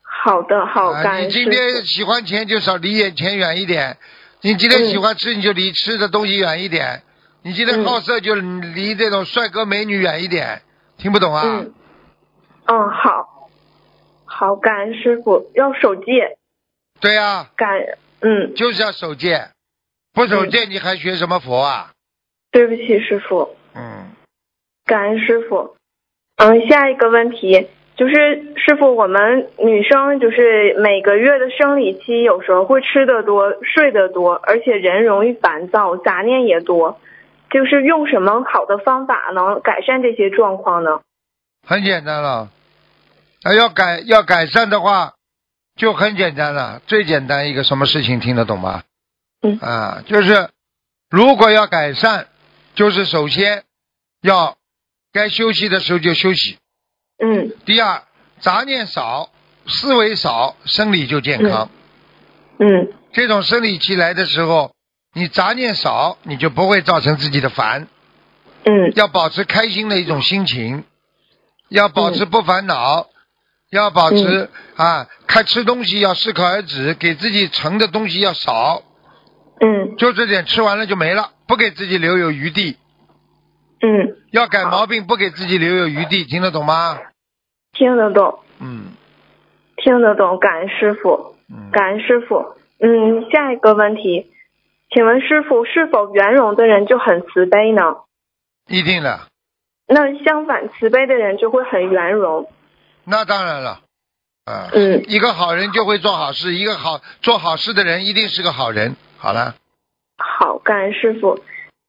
S10: 好的，好，
S2: 啊，
S10: 感
S2: 你
S10: 恩师
S2: 今天
S10: 傅。
S2: 喜欢钱就少离眼前远一点，你今天
S10: 嗯
S2: 喜欢吃你就离吃的东西远一点，你今天
S10: 嗯
S2: 好色就离这种帅哥美女远一点，听不懂啊？
S10: 嗯，嗯，好，好，感恩师傅，要守戒，
S2: 对呀、
S10: 感恩，嗯，
S2: 就是要守戒，不守戒你还学什么佛啊？
S10: 对不起，师傅，
S2: 嗯，
S10: 感恩师傅。嗯，下一个问题就是，师傅，我们女生就是每个月的生理期，有时候会吃的多，睡得多，而且人容易烦躁，杂念也多，就是用什么好的方法能改善这些状况呢？
S2: 很简单了。那要改要改善的话，就很简单了。最简单一个什么事情听得懂吗？
S10: 嗯
S2: 啊，就是如果要改善，就是首先要该休息的时候就休息。
S10: 嗯
S2: 第二，杂念少，思维少，生理就健康。
S10: 嗯
S2: 这种生理期来的时候，你杂念少，你就不会造成自己的烦。
S10: 嗯
S2: 要保持开心的一种心情，要保持不烦恼，要保
S10: 嗯
S2: 持、啊，看吃东西要适可而止，给自己盛的东西要少，
S10: 嗯
S2: 就这点吃完了就没了，不给自己留有余地。
S10: 嗯，
S2: 要改毛病，不给自己留有余地，听得懂吗？
S10: 听得懂，
S2: 嗯
S10: 听得懂，感恩师傅。
S2: 嗯，
S10: 感恩师傅。嗯，下一个问题，请问师傅是否圆融的人就很慈悲呢？
S2: 一定的，
S10: 那相反，慈悲的人就会很圆融。
S2: 那当然了，啊，
S10: 嗯
S2: 一个好人就会做好事，一个好做好事的人一定是个好人。好了，
S10: 好，感恩师傅。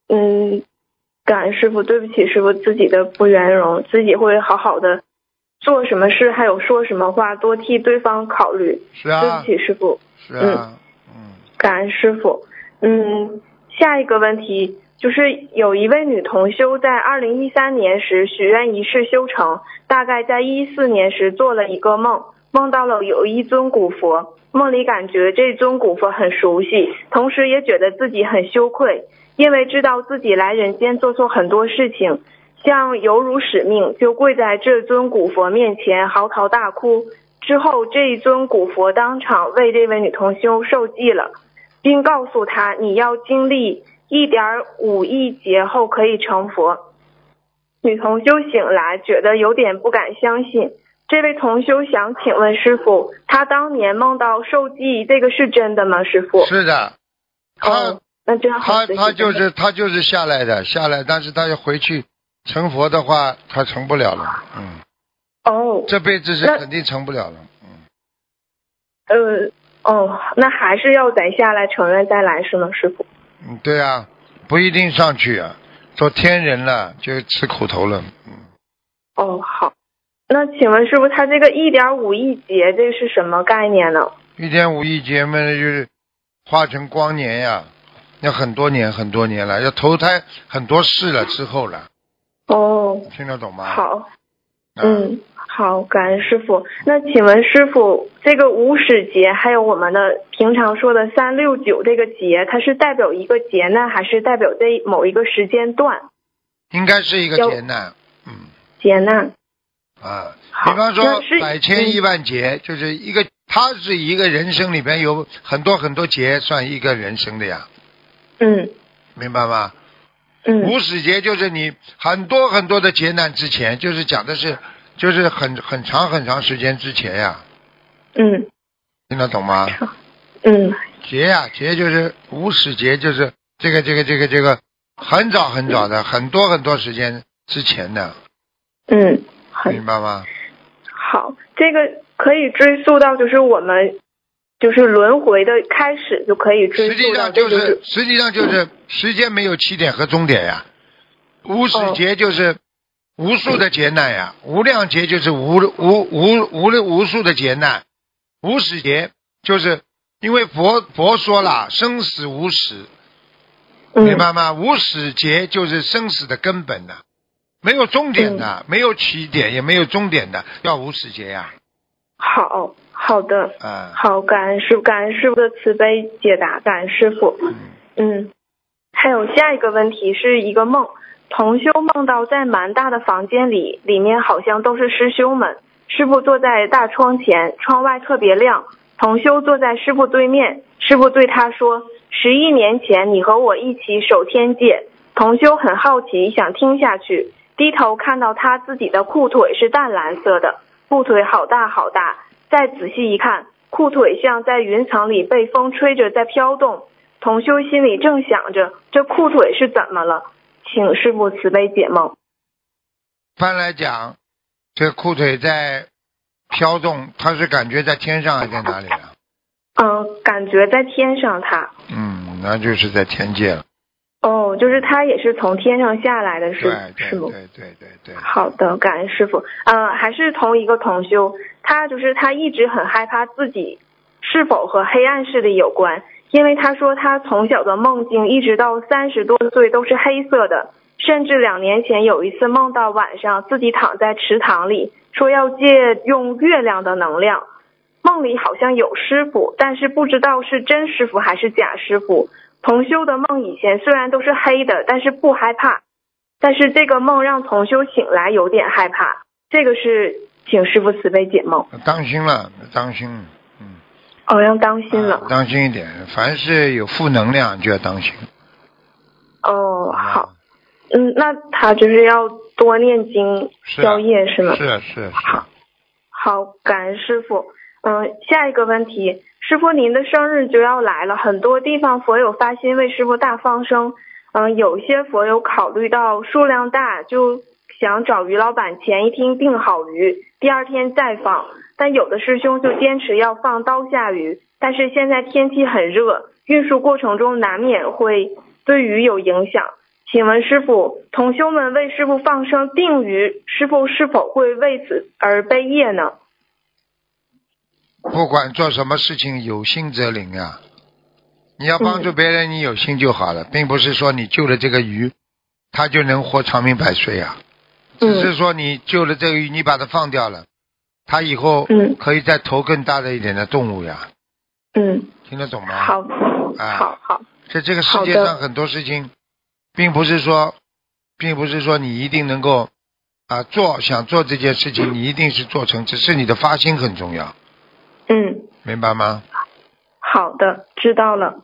S10: 嗯，感恩师傅，对不起师傅，自己的不圆融，自己会好好的做什么事，还有说什么话，多替对方考虑。
S2: 是
S10: 对
S2: 啊
S10: 不，起师傅，
S2: 是啊，嗯，
S10: 感恩师傅。嗯，下一个问题就是有一位女同修在二零一三年时许愿一世修成，大概在一四年时做了一个梦，梦到了有一尊古佛，梦里感觉这尊古佛很熟悉，同时也觉得自己很羞愧，因为知道自己来人间做错很多事情。像犹如使命，就跪在这尊古佛面前嚎啕大哭。之后，这一尊古佛当场为这位女同修受记了。并告诉他你要经历一点五亿劫后可以成佛。女同修醒来，觉得有点不敢相信。这位同修想请问师傅，他当年梦到受记，这个是真的吗？师傅？
S2: 是的，他
S10: 哦，那真嗯好
S2: 他
S10: 的。
S2: 他就是他就是下来的，下来，但是他要回去成佛的话，他成不了了，嗯，
S10: 哦，
S2: 这辈子是
S10: 那
S2: 肯定成不了了，嗯，
S10: 呃，哦，那还是要咱下来承认再来是吗？师傅？
S2: 嗯，对啊，不一定上去啊，做天人了就吃苦头了，嗯，
S10: 哦，好。那请问师傅，他这个一点五亿劫，这是什么概念呢？
S2: 一点五亿劫嘛，就是化成光年呀、要很多年很多年了，要投胎很多世了之后了，
S10: 哦，
S2: 听得懂吗？，啊
S10: 好。嗯，好，感恩师傅。那请问师傅，这个无始劫，还有我们的平常说的三六九这个劫，它是代表一个劫难，还是代表这某一个时间段
S2: 应该是一个
S10: 要
S2: 劫难，嗯
S10: 劫难？
S2: 啊，
S10: 好
S2: 比方
S10: 那
S2: 说
S10: 是
S2: 百千亿
S10: 嗯
S2: 万劫，就是一个，它是一个人生里边有很多很多劫，算一个人生的呀，
S10: 嗯
S2: 明白吗？
S10: 嗯
S2: 无始劫就是你很多很多的劫难之前，就是讲的是，就是很很长很长时间之前呀，
S10: 嗯
S2: 听得懂吗？
S10: 嗯
S2: 劫呀、劫就是无始劫，就是这个这个这个这个很早很早的，很多很多时间之前的，
S10: 嗯，好
S2: 明白吗？
S10: 好，这个可以追溯到就是我们就是轮回的开始就可以追
S2: 实际
S10: 溯到，
S2: 上
S10: 这
S2: 就，
S10: 就是
S2: 实际上就是时间没有起点和终点呀。
S10: 哦
S2: 无始劫就是无数的劫难呀，无量劫就是无无无无无数的劫难，无始劫就是因为佛佛说了生死无始，
S10: 嗯
S2: 明白吗？无始劫就是生死的根本呐、没有终点
S10: 嗯
S2: 的，没有起点也没有终点的，叫无始劫呀、
S10: 好好的。
S2: 啊，
S10: 好，感恩师傅，感恩师傅的慈悲解答，感恩师傅。嗯，还有下一个问题是一个梦，同修梦到在蛮大的房间里，里面好像都是师兄们，师傅坐在大窗前，窗外特别亮，同修坐在师傅对面，师傅对他说：“十一年前你和我一起守天界。”同修很好奇，想听下去，低头看到他自己的裤腿是淡蓝色的，裤腿好大好大。再仔细一看，裤腿像在云层里被风吹着在飘动。同修心里正想着，这裤腿是怎么了？请师傅慈悲解梦。
S2: 一般来讲，这裤腿在飘动，他是感觉在天上还是在哪里啊？
S10: 嗯、感觉在天上它，
S2: 嗯，那就是在天界了。
S10: 哦，就是它也是从天上下来的
S2: 对
S10: 是
S2: 对
S10: 是吗？
S2: 对对对对。
S10: 好的，感恩师傅。呃，还是同一个同修，他就是他一直很害怕自己是否和黑暗势力有关，因为他说他从小的梦境一直到三十多岁都是黑色的，甚至两年前有一次梦到晚上自己躺在池塘里，说要借用月亮的能量。梦里好像有师傅，但是不知道是真师傅还是假师傅。同修的梦以前虽然都是黑的，但是不害怕，但是这个梦让同修醒来有点害怕，这个是请师傅慈悲解梦，
S2: 当心了，当心，嗯，
S10: 哦，要当心
S2: 啊
S10: 了。
S2: 当心一点。凡是有负能量就要当心。
S10: 哦，好
S2: 啊，，
S10: 嗯，那他就是要多念经
S2: 是啊
S10: 消业是吗？
S2: 是是是
S10: 好，好，感恩师傅。嗯，下一个问题，师傅您的生日就要来了，很多地方佛友发心为师傅大放生。嗯，有些佛友考虑到数量大，就想找于老板前一天订好鱼，第二天再放，但有的师兄就坚持要放刀下鱼。但是现在天气很热，运输过程中难免会对鱼有影响。请问师傅，同修们为师傅放生定鱼，师傅是否会为此而悲业呢？
S2: 不管做什么事情，有心则灵啊！你要帮助别人，你有心就好了，
S10: 嗯
S2: 并不是说你救了这个鱼，它就能活长命百岁啊。
S10: 嗯
S2: 只是说你救了这个鱼，你把它放掉了，它以后
S10: 嗯
S2: 可以再投更大的一点的动物呀。
S10: 嗯，
S2: 听得懂吗？
S10: 好，
S2: 啊
S10: 好好，
S2: 在这个世
S10: 好
S2: 界
S10: 的
S2: 上很多事情，并不是说，并不是说你一定能够啊做想做这件事情，你一定是做成，只是你的发心很重要，
S10: 嗯。
S2: 明白吗？
S10: 好的，知道了，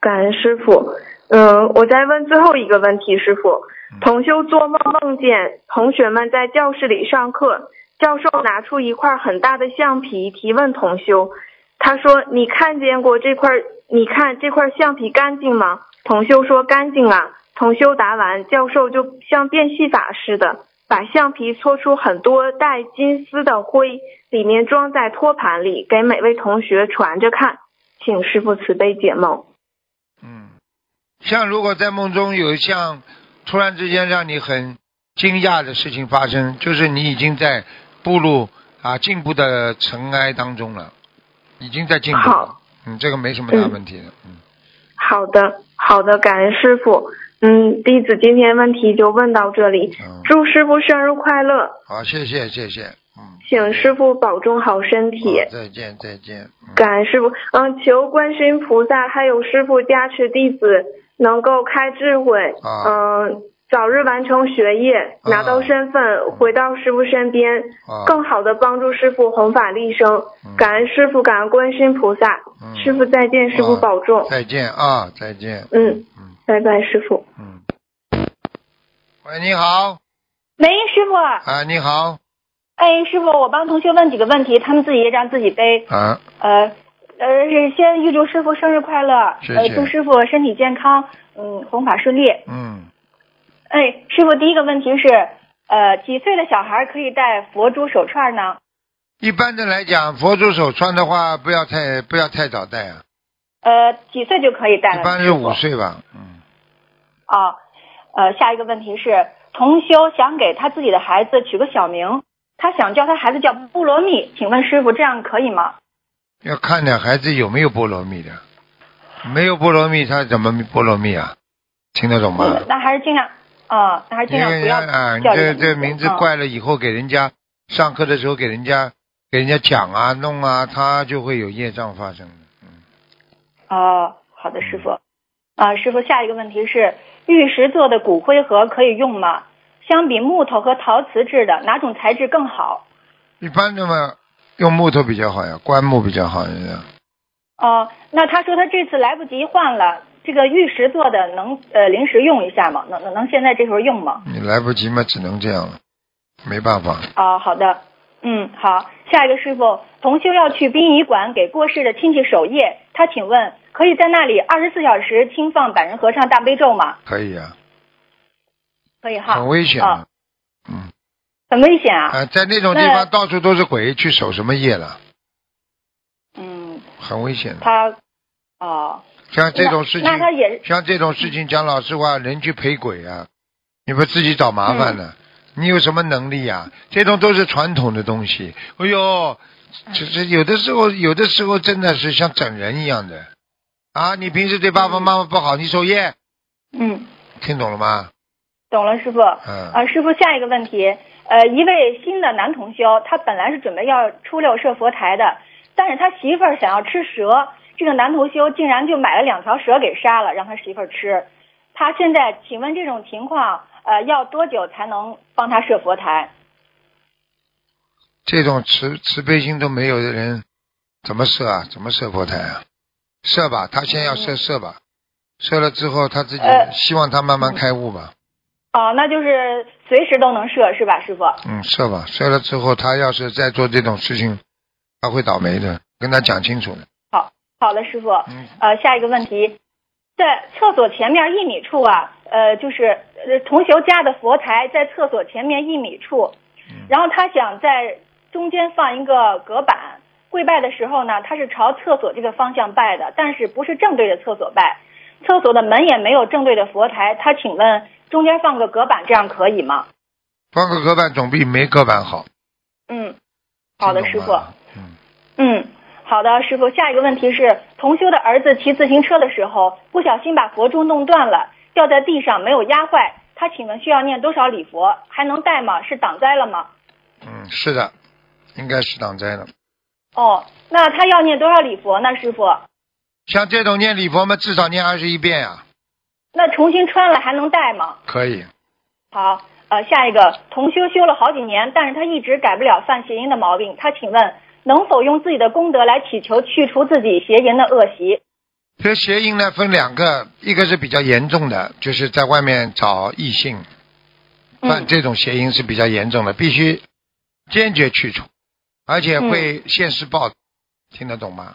S10: 感恩师傅。嗯，我再问最后一个问题，师傅。同修做梦梦见同学们在教室里上课，教授拿出一块很大的橡皮提问同修，他说：“你看见过这块？你看这块橡皮干净吗？”同修说：“干净啊。”同修答完，教授就像变戏法似的，把橡皮搓出很多带金丝的灰，里面装在托盘里，给每位同学传着看。请师傅慈悲解梦。
S2: 嗯，像如果在梦中有一项突然之间让你很惊讶的事情发生，就是你已经在步入啊进步的尘埃当中了，已经在进步了
S10: 好，
S2: 嗯，这个没什么大问题的，嗯
S10: 好的，好的，感恩师傅。嗯，弟子今天问题就问到这里，
S2: 嗯，
S10: 祝师傅生日快乐，
S2: 好，谢谢谢谢，嗯，
S10: 请师傅保重好身体。
S2: 好再见再见，嗯。
S10: 感恩师傅，嗯，求观世音菩萨还有师傅加持弟子能够开智慧，
S2: 啊
S10: 嗯，早日完成学业，
S2: 啊
S10: 拿到身份，回到师傅身边，
S2: 啊
S10: 更好的帮助师傅弘法利生。
S2: 嗯
S10: 感恩师傅，感恩观世音菩萨，
S2: 嗯
S10: 师傅再见，师傅
S2: 啊
S10: 保重，
S2: 再见啊，再见。
S10: 嗯
S2: 嗯
S10: 拜拜，师傅。
S2: 嗯。喂，你好
S8: 喂，师傅，
S2: 啊，你好
S8: 哎，师傅，我帮同学问几个问题，他们自己也让自己背。
S2: 啊，
S8: 呃，呃，是先预祝师傅生日快乐，
S2: 谢谢
S8: 呃，祝师傅身体健康，嗯，弘法顺利。
S2: 嗯，
S8: 哎，师傅，第一个问题是，呃，几岁的小孩可以戴佛珠手串呢？
S2: 一般的来讲，佛珠手串的话，不要太不要太早戴啊，
S8: 呃，几岁就可以戴了？
S2: 一般
S8: 师
S2: 是
S8: 傅
S2: 五岁吧，嗯，
S8: 啊。呃，下一个问题是，同修想给他自己的孩子取个小名，他想叫他孩子叫布罗密，请问师傅这样可以吗？
S2: 要看呢孩子有没有菠萝蜜的，没有菠萝蜜他怎么菠萝蜜啊？听得懂吗？
S8: 嗯那还是尽量啊，那还是尽
S2: 因
S8: 量
S2: 为
S8: 不
S2: 人
S8: 要
S2: 家啊，你
S8: 叫
S2: 这
S8: 个
S2: 这名字
S8: 啊
S2: 怪了，以后给人家上课的时候给人家给人家讲啊弄啊，他就会有业障发生的。嗯，
S8: 哦，好的，师傅。啊，师傅，下一个问题是，玉石做的骨灰盒可以用吗？相比木头和陶瓷制的，哪种材质更好？
S2: 一般的嘛，用木头比较好呀，棺木比较好呀。
S8: 哦，那他说他这次来不及换了，这个玉石做的能呃临时用一下吗？能能能现在这时候用吗？
S2: 你来不及嘛，只能这样了，没办法。
S8: 啊、好的，嗯，好。下一个师傅，同修要去殡仪馆给过世的亲戚守夜，他请问可以在那里二十四小时轻放百人合唱大悲咒吗？
S2: 可以啊，
S8: 可以哈。
S2: 很危险
S8: 啊
S2: 啊。嗯
S8: 很危险啊。
S2: 啊，在那种地
S8: 那
S2: 方到处都是鬼，去守什么夜了？
S8: 嗯，
S2: 很危险的。
S8: 他哦，
S2: 像这种事情
S8: 那，那他也
S2: 像这种事情，讲老实话，人去陪鬼啊，你不自己找麻烦呢？
S8: 嗯
S2: 你有什么能力呀、这种都是传统的东西。哎呦，这这有的时候，有的时候真的是像整人一样的啊！你平时对爸爸妈妈不好，你守夜，
S8: 嗯，
S2: 听懂了吗？
S8: 懂了，师傅。啊，
S2: 嗯，
S8: 师傅，下一个问题，呃，一位新的男同修，他本来是准备要初六设佛台的，但是他媳妇儿想要吃蛇，这个男同修竟然就买了两条蛇给杀了，让他媳妇儿吃。他现在，请问这种情况，呃，要多久才能帮他设佛台？
S2: 这种慈慈悲心都没有的人，怎么设啊？怎么设佛台啊？设吧，他先要设设吧，设了之后他自己
S8: 呃
S2: 希望他慢慢开悟吧。
S8: 哦、那就是随时都能设，是吧，师傅？
S2: 嗯，设吧，设了之后，他要是再做这种事情，他会倒霉的，跟他讲清楚的。
S8: 好的，师傅。
S2: 嗯，
S8: 呃，下一个问题，在厕所前面一米处啊，呃，就是呃同修家的佛台在厕所前面一米处，然后他想在中间放一个隔板。跪拜的时候呢，他是朝厕所这个方向拜的，但是不是正对着厕所拜，厕所的门也没有正对着佛台。他请问中间放个隔板，这样可以吗？
S2: 放个隔板总比没隔板好。
S8: 嗯，好的，师
S2: 听
S8: 傅
S2: 懂。吗
S8: 嗯，好的，师傅。下一个问题是，同修的儿子骑自行车的时候，不小心把佛珠弄断了，掉在地上没有压坏。他请问需要念多少礼佛？还能带吗？是挡灾了吗？
S2: 嗯，是的，应该是挡灾了。
S8: 哦，那他要念多少礼佛呢，师傅？
S2: 像这种念礼佛嘛，至少念二十一遍呀、
S8: 那重新穿了还能带吗？
S2: 可以。
S8: 好，呃，下一个同修修了好几年，但是他一直改不了犯邪淫的毛病。他请问能否用自己的功德来祈求去除自己邪淫的恶习？
S2: 这邪淫呢分两个，一个是比较严重的，就是在外面找异性，犯这种邪淫是比较严重的，必须坚决去除，而且会现世报，听得懂吗？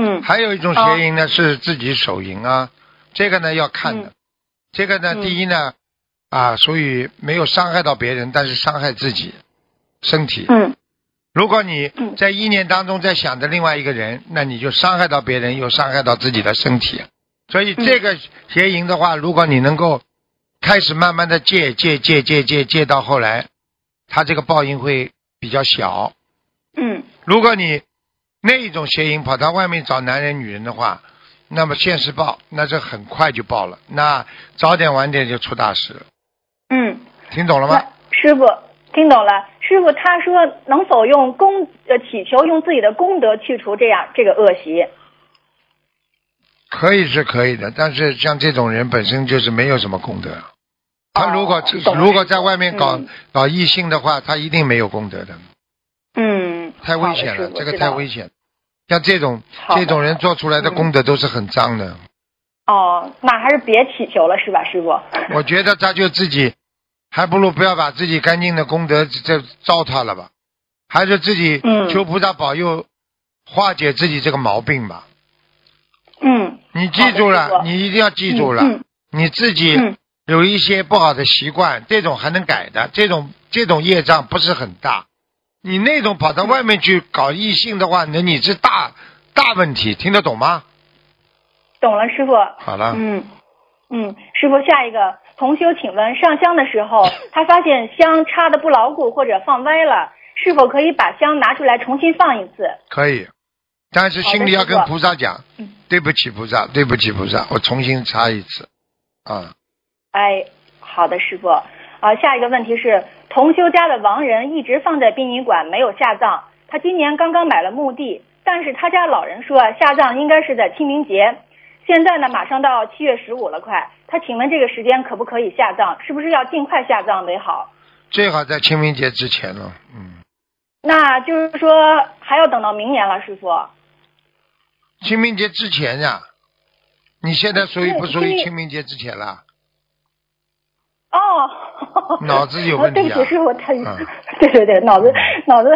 S8: 嗯
S2: 还有一种邪淫呢、是自己手淫啊，这个呢要看的，这个呢、
S8: 嗯
S2: 第一呢啊属于没有伤害到别人，但是伤害自己身体。
S8: 嗯。
S2: 如果你在意念当中在想着另外一个人，那你就伤害到别人，又伤害到自己的身体。所以这个邪淫的话，如果你能够开始慢慢的戒戒戒戒戒戒到后来，它这个报应会比较小。
S8: 嗯
S2: 如果你那一种邪淫跑到外面找男人女人的话，那么现实报那是很快就报了，那早点晚点就出大事了。
S8: 嗯，
S2: 听懂了吗？
S8: 师傅听懂了。师傅他说能否用功呃祈求用自己的功德去除这样这个恶习？
S2: 可以是可以的，但是像这种人本身就是没有什么功德。他如果、
S8: 哦懂了
S2: 如果在外面搞、
S8: 嗯
S2: 搞异性的话，他一定没有功德的，
S8: 嗯，
S2: 太危险
S8: 好的
S2: 了，
S8: 师傅
S2: 这个
S8: 知道
S2: 太危险了。像这种
S8: 好的
S2: 这种人做出来的功德都是很脏的。
S8: 哦，那还是别祈求了是吧，师傅？
S2: 我觉得他就自己，还不如不要把自己干净的功德这糟蹋了吧，还是自己
S8: 嗯
S2: 求菩萨保佑化解自己这个毛病吧。
S8: 嗯，
S2: 你记住
S8: 好的师
S2: 了，
S8: 傅
S2: 你一定要记住了，
S8: 嗯嗯
S2: 你自己
S8: 嗯
S2: 有一些不好的习惯，这种还能改的，这种这种业障不是很大。你那种跑到外面去搞异性的话，那你是大大问题，听得懂吗？
S8: 懂了，师傅。
S2: 好了，
S8: 嗯嗯，师傅，下一个同修，请问上香的时候，他发现香插的不牢固或者放歪了，是否可以把香拿出来重新放一次？
S2: 可以，但是心里要跟
S8: 好的师傅嗯
S2: 菩萨讲，对不起菩萨，对不起菩萨，我重新擦一次，啊，
S8: 哎，好的，师傅。啊，下一个问题是，同修家的亡人一直放在殡仪馆没有下葬，他今年刚刚买了墓地，但是他家老人说啊下葬应该是在清明节。现在呢，马上到七月十五了，快，他请问这个时间可不可以下葬？是不是要尽快下葬为好？
S2: 最好在清明节之前了，嗯，
S8: 那就是说还要等到明年了，师傅。
S2: 清明节之前呀、你现在属于不属
S8: 清
S2: 于
S8: 明
S2: 清明节之前了？
S8: 哦，
S2: 脑子有问题啊
S8: *laughs* 对不起，师傅，太、
S2: 嗯
S8: *laughs* 对对对，脑子 *laughs* 脑子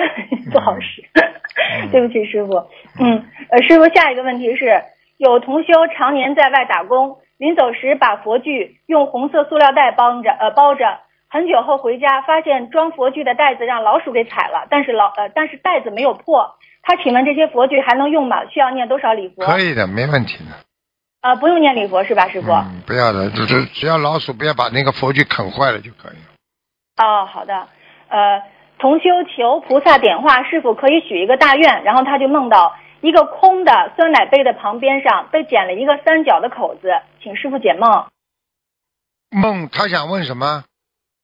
S8: 不好使， *laughs* 对不起，师傅。嗯，呃，师傅，下一个问题是，有同修常年在外打工，临走时把佛具用红色塑料袋包着，呃，包着。很久后回家，发现装佛具的袋子让老鼠给踩了，但是老呃，但是袋子没有破。他请问这些佛具还能用吗？需要念多少礼佛？
S2: 可以的，没问题的。
S8: 呃，不用念礼佛是吧，师傅？
S2: 嗯，不要的，只只只要老鼠不要把那个佛具啃坏了就可以了。
S8: 哦，好的。呃，同修求菩萨点化，是否可以许一个大愿？然后他就梦到一个空的酸奶杯的旁边上被剪了一个三角的口子，请师傅解梦。
S2: 梦，他想问什么？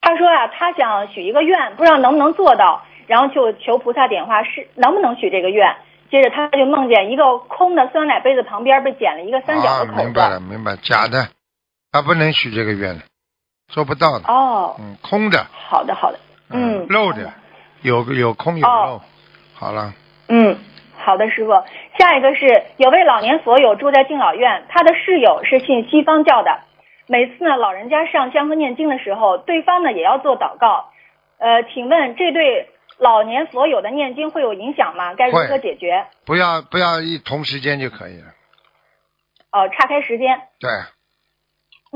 S8: 他说啊，他想许一个愿，不知道能不能做到，然后就求菩萨点化，是能不能许这个愿？接着他就梦见一个空的酸奶杯子旁边被剪了一个三角
S2: 啊，
S8: 的口
S2: 明
S8: 子。
S2: 白了，明白，假的，他不能许这个愿了，做不到的。
S8: 哦，
S2: 嗯，空的，
S8: 好的，好的。嗯，
S2: 漏的，有有空有漏。
S8: 哦
S2: 好了，
S8: 嗯，好的，师傅。下一个是有位老年佛友住在敬老院，他的室友是信西方教的。每次呢，老人家上香和念经的时候，对方呢也要做祷告。呃，请问这对老年佛友的念经会有影响吗？该如何
S2: 会
S8: 解决？
S2: 不要不要一同时间就可以了。
S8: 哦、岔开时间。
S2: 对，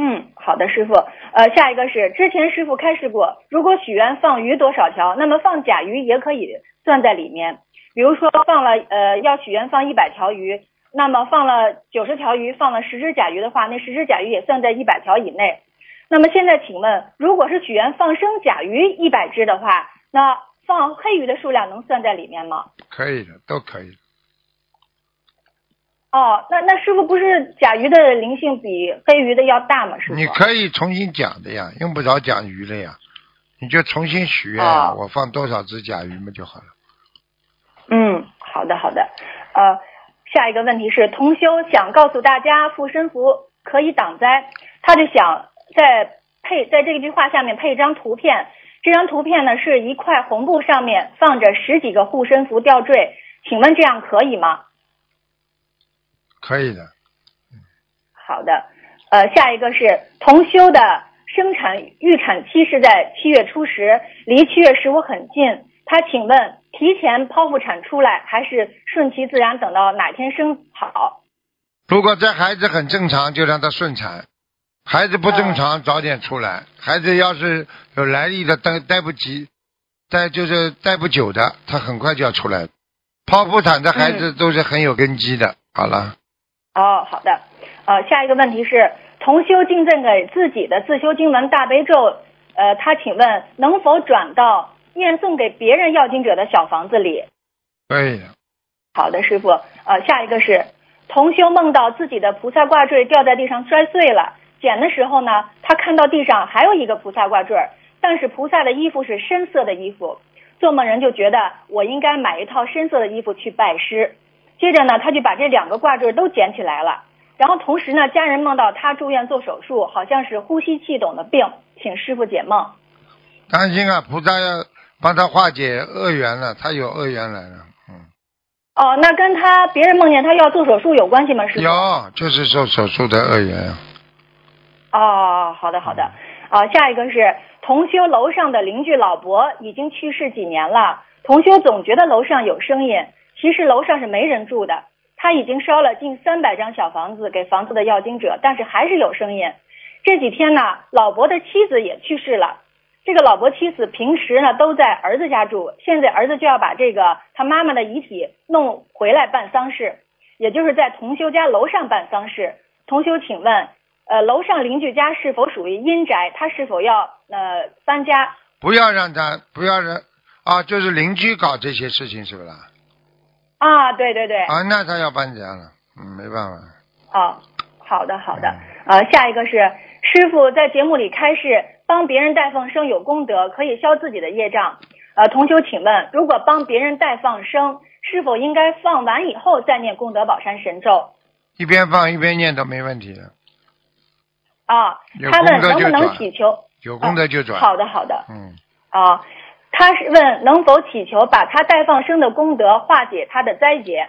S8: 嗯，好的，师傅。呃，下一个是之前师傅开示过，如果许愿放鱼多少条，那么放甲鱼也可以算在里面。比如说放了呃要许愿放一百条鱼，那么放了九十条鱼，放了十只甲鱼的话，那十只甲鱼也算在一百条以内。那么现在请问，如果是许愿放生甲鱼一百只的话，那放黑鱼的数量能算在里面吗？
S2: 可以的，都可以的。
S8: 哦，那那师傅不是甲鱼的灵性比黑鱼的要大吗？师傅，
S2: 你可以重新讲的呀，用不着讲鱼了呀，你就重新许愿呀，
S8: 哦
S2: 我放多少只甲鱼嘛就好了。
S8: 嗯，好的好的，呃，下一个问题是，同修想告诉大家护身符可以挡灾，他就想在配在这句话下面配一张图片，这张图片呢是一块红布上面放着十几个护身符吊坠，请问这样可以吗？
S2: 可以的，
S8: 好的，呃，下一个是同修的生产预产期是在七月初十，离七月十五很近。他请问，提前剖腹产出来，还是顺其自然等到哪天生好？
S2: 如果这孩子很正常，就让他顺产；孩子不正常，早点出来。孩子要是有来历的，待待不及，待就是待不久的，他很快就要出来。剖腹产的孩子都是很有根基的。好了，
S8: 哦，好的。呃，下一个问题是，同修敬赠给自己的自修经文大悲咒，呃，他请问能否转到念诵给别人要经者的小房子里？
S2: 可以的。
S8: 好的，师傅。呃，下一个是同修梦到自己的菩萨挂坠掉在地上摔碎了，捡的时候呢，他看到地上还有一个菩萨挂坠，但是菩萨的衣服是深色的衣服。做梦人就觉得我应该买一套深色的衣服去拜师。接着呢，他就把这两个挂坠都捡起来了。然后同时呢，家人梦到他住院做手术，好像是呼吸系统的病，请师傅解梦。
S2: 担心啊，菩萨要帮他化解恶缘了，他有恶缘来了，
S8: 哦，那跟他别人梦见他要做手术有关系吗？师傅？
S2: 有就是受手术的恶缘啊。
S8: 哦，好的好的。啊，下一个是同修楼上的邻居老伯已经去世几年了，同修总觉得楼上有声音，其实楼上是没人住的。他已经烧了近三百张小房子给房子的要经者，但是还是有声音。这几天呢，老伯的妻子也去世了。这个老伯妻子平时呢都在儿子家住，现在儿子就要把这个他妈妈的遗体弄回来办丧事，也就是在同修家楼上办丧事。同修，请问呃，楼上邻居家是否属于阴宅？他是否要呃搬家？
S2: 不要让他，不要让啊，就是邻居搞这些事情是不啦？
S8: 啊，对对对，
S2: 啊，那他要搬家了，嗯，没办法。
S8: 哦，好的好的，
S2: 嗯
S8: 呃，下一个是师傅在节目里开示，帮别人代放生有功德，可以消自己的业障。呃，同修，请问，如果帮别人代放生，是否应该放完以后再念功德宝山神咒？
S2: 一边放一边念都没问题的，
S8: 啊，
S2: 有
S8: 他
S2: 功
S8: 问
S2: 德
S8: 能不
S2: 就
S8: 能
S2: 转
S8: 祈求？
S2: 有功德就转。
S8: 好的好的，
S2: 嗯，
S8: 啊，他是问能否祈求把他代放生的功德化解他的灾劫？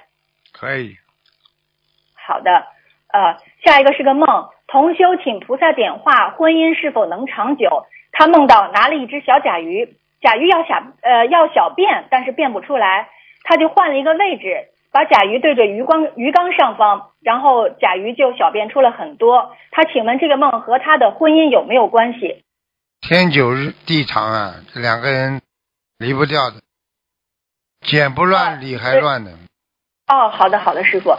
S2: 可以。
S8: 好的，呃，下一个是个梦，同修请菩萨点化婚姻是否能长久。他梦到拿了一只小甲鱼，甲鱼要小呃要小便，但是便不出来，他就换了一个位置，把甲鱼对着鱼缸鱼缸上方，然后甲鱼就小便出了很多。他请问这个梦和他的婚姻有没有关系？
S2: 天久日地长啊，这两个人离不掉的，剪不乱理还乱呢。
S8: 哦，好的好的，师傅。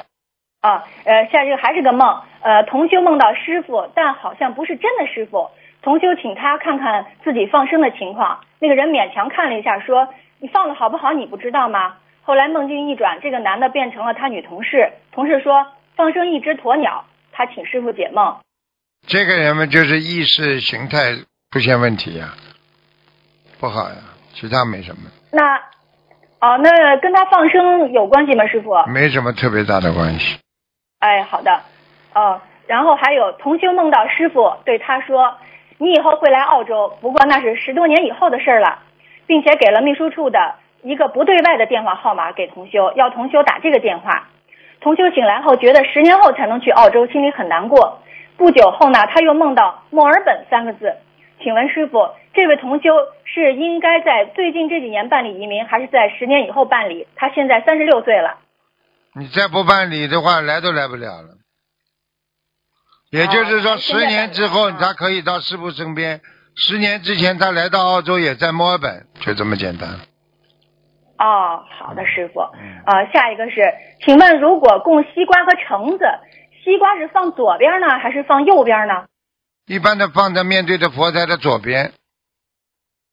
S8: 啊，呃，下一个还是个梦，呃，同修梦到师傅，但好像不是真的师傅。同修请他看看自己放生的情况，那个人勉强看了一下，说：“你放的好不好，你不知道吗？”后来梦境一转，这个男的变成了他女同事，同事说放生一只鸵鸟，他请师傅解梦。
S2: 这个人们就是意识形态出现问题呀、不好呀、其他没什么，
S8: 那，哦，那跟他放生有关系吗，师傅？
S2: 没什么特别大的关系。
S8: 哎，好的，哦，然后还有同修梦到师傅对他说：“你以后会来澳洲，不过那是十多年以后的事儿了，并且给了秘书处的一个不对外的电话号码给同修，要同修打这个电话。”同修醒来后觉得十年后才能去澳洲，心里很难过。不久后呢，他又梦到墨尔本三个字。请问师傅，这位同修是应该在最近这几年办理移民，还是在十年以后办理？他现在三十六岁了。
S2: 你再不办理的话，来都来不了了。也就是说，
S8: 哦现在
S2: 十年之后他可以到师傅身边。十年之前他来到澳洲，也在墨尔本，就这么简单。
S8: 哦，好的，师傅。呃，下一个是，请问如果供西瓜和橙子，西瓜是放左边呢，还是放右边呢？
S2: 一般的放在面对着佛台的左边，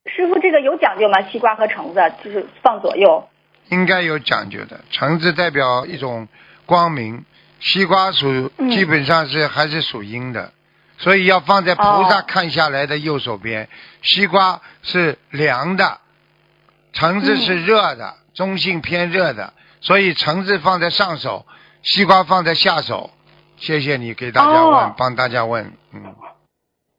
S8: 师傅，这个有讲究吗？西瓜和橙子就是放左右。
S2: 应该有讲究的。橙子代表一种光明，西瓜属
S8: 嗯
S2: 基本上是还是属阴的，所以要放在菩萨
S8: 哦
S2: 看下来的右手边。西瓜是凉的，橙子是热的，
S8: 嗯
S2: 中性偏热的，所以橙子放在上手，西瓜放在下手。谢谢你给大家问，
S8: 哦
S2: 帮大家问，嗯，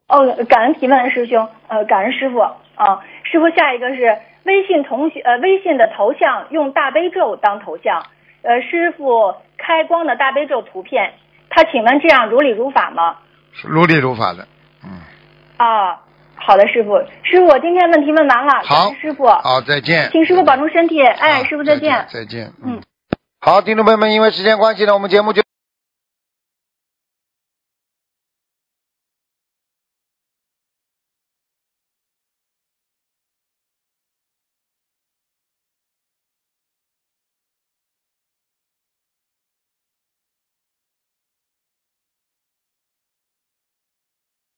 S8: 哦，感恩提问师兄，呃，感恩师傅啊，师傅下一个是微信同学，呃，微信的头像用大悲咒当头像，呃，师傅开光的大悲咒图片，他请问这样如理如法吗？
S2: 如理如法的。嗯
S8: 啊，好的，师傅，师傅，我今天问题问完了，感
S2: 好
S8: 恩师傅，
S2: 好，再见。
S8: 请师傅保重身体，哎，师傅再见。
S2: 再见。
S8: 嗯，
S2: 好，听众朋友们，因为时间关系呢，我们节目就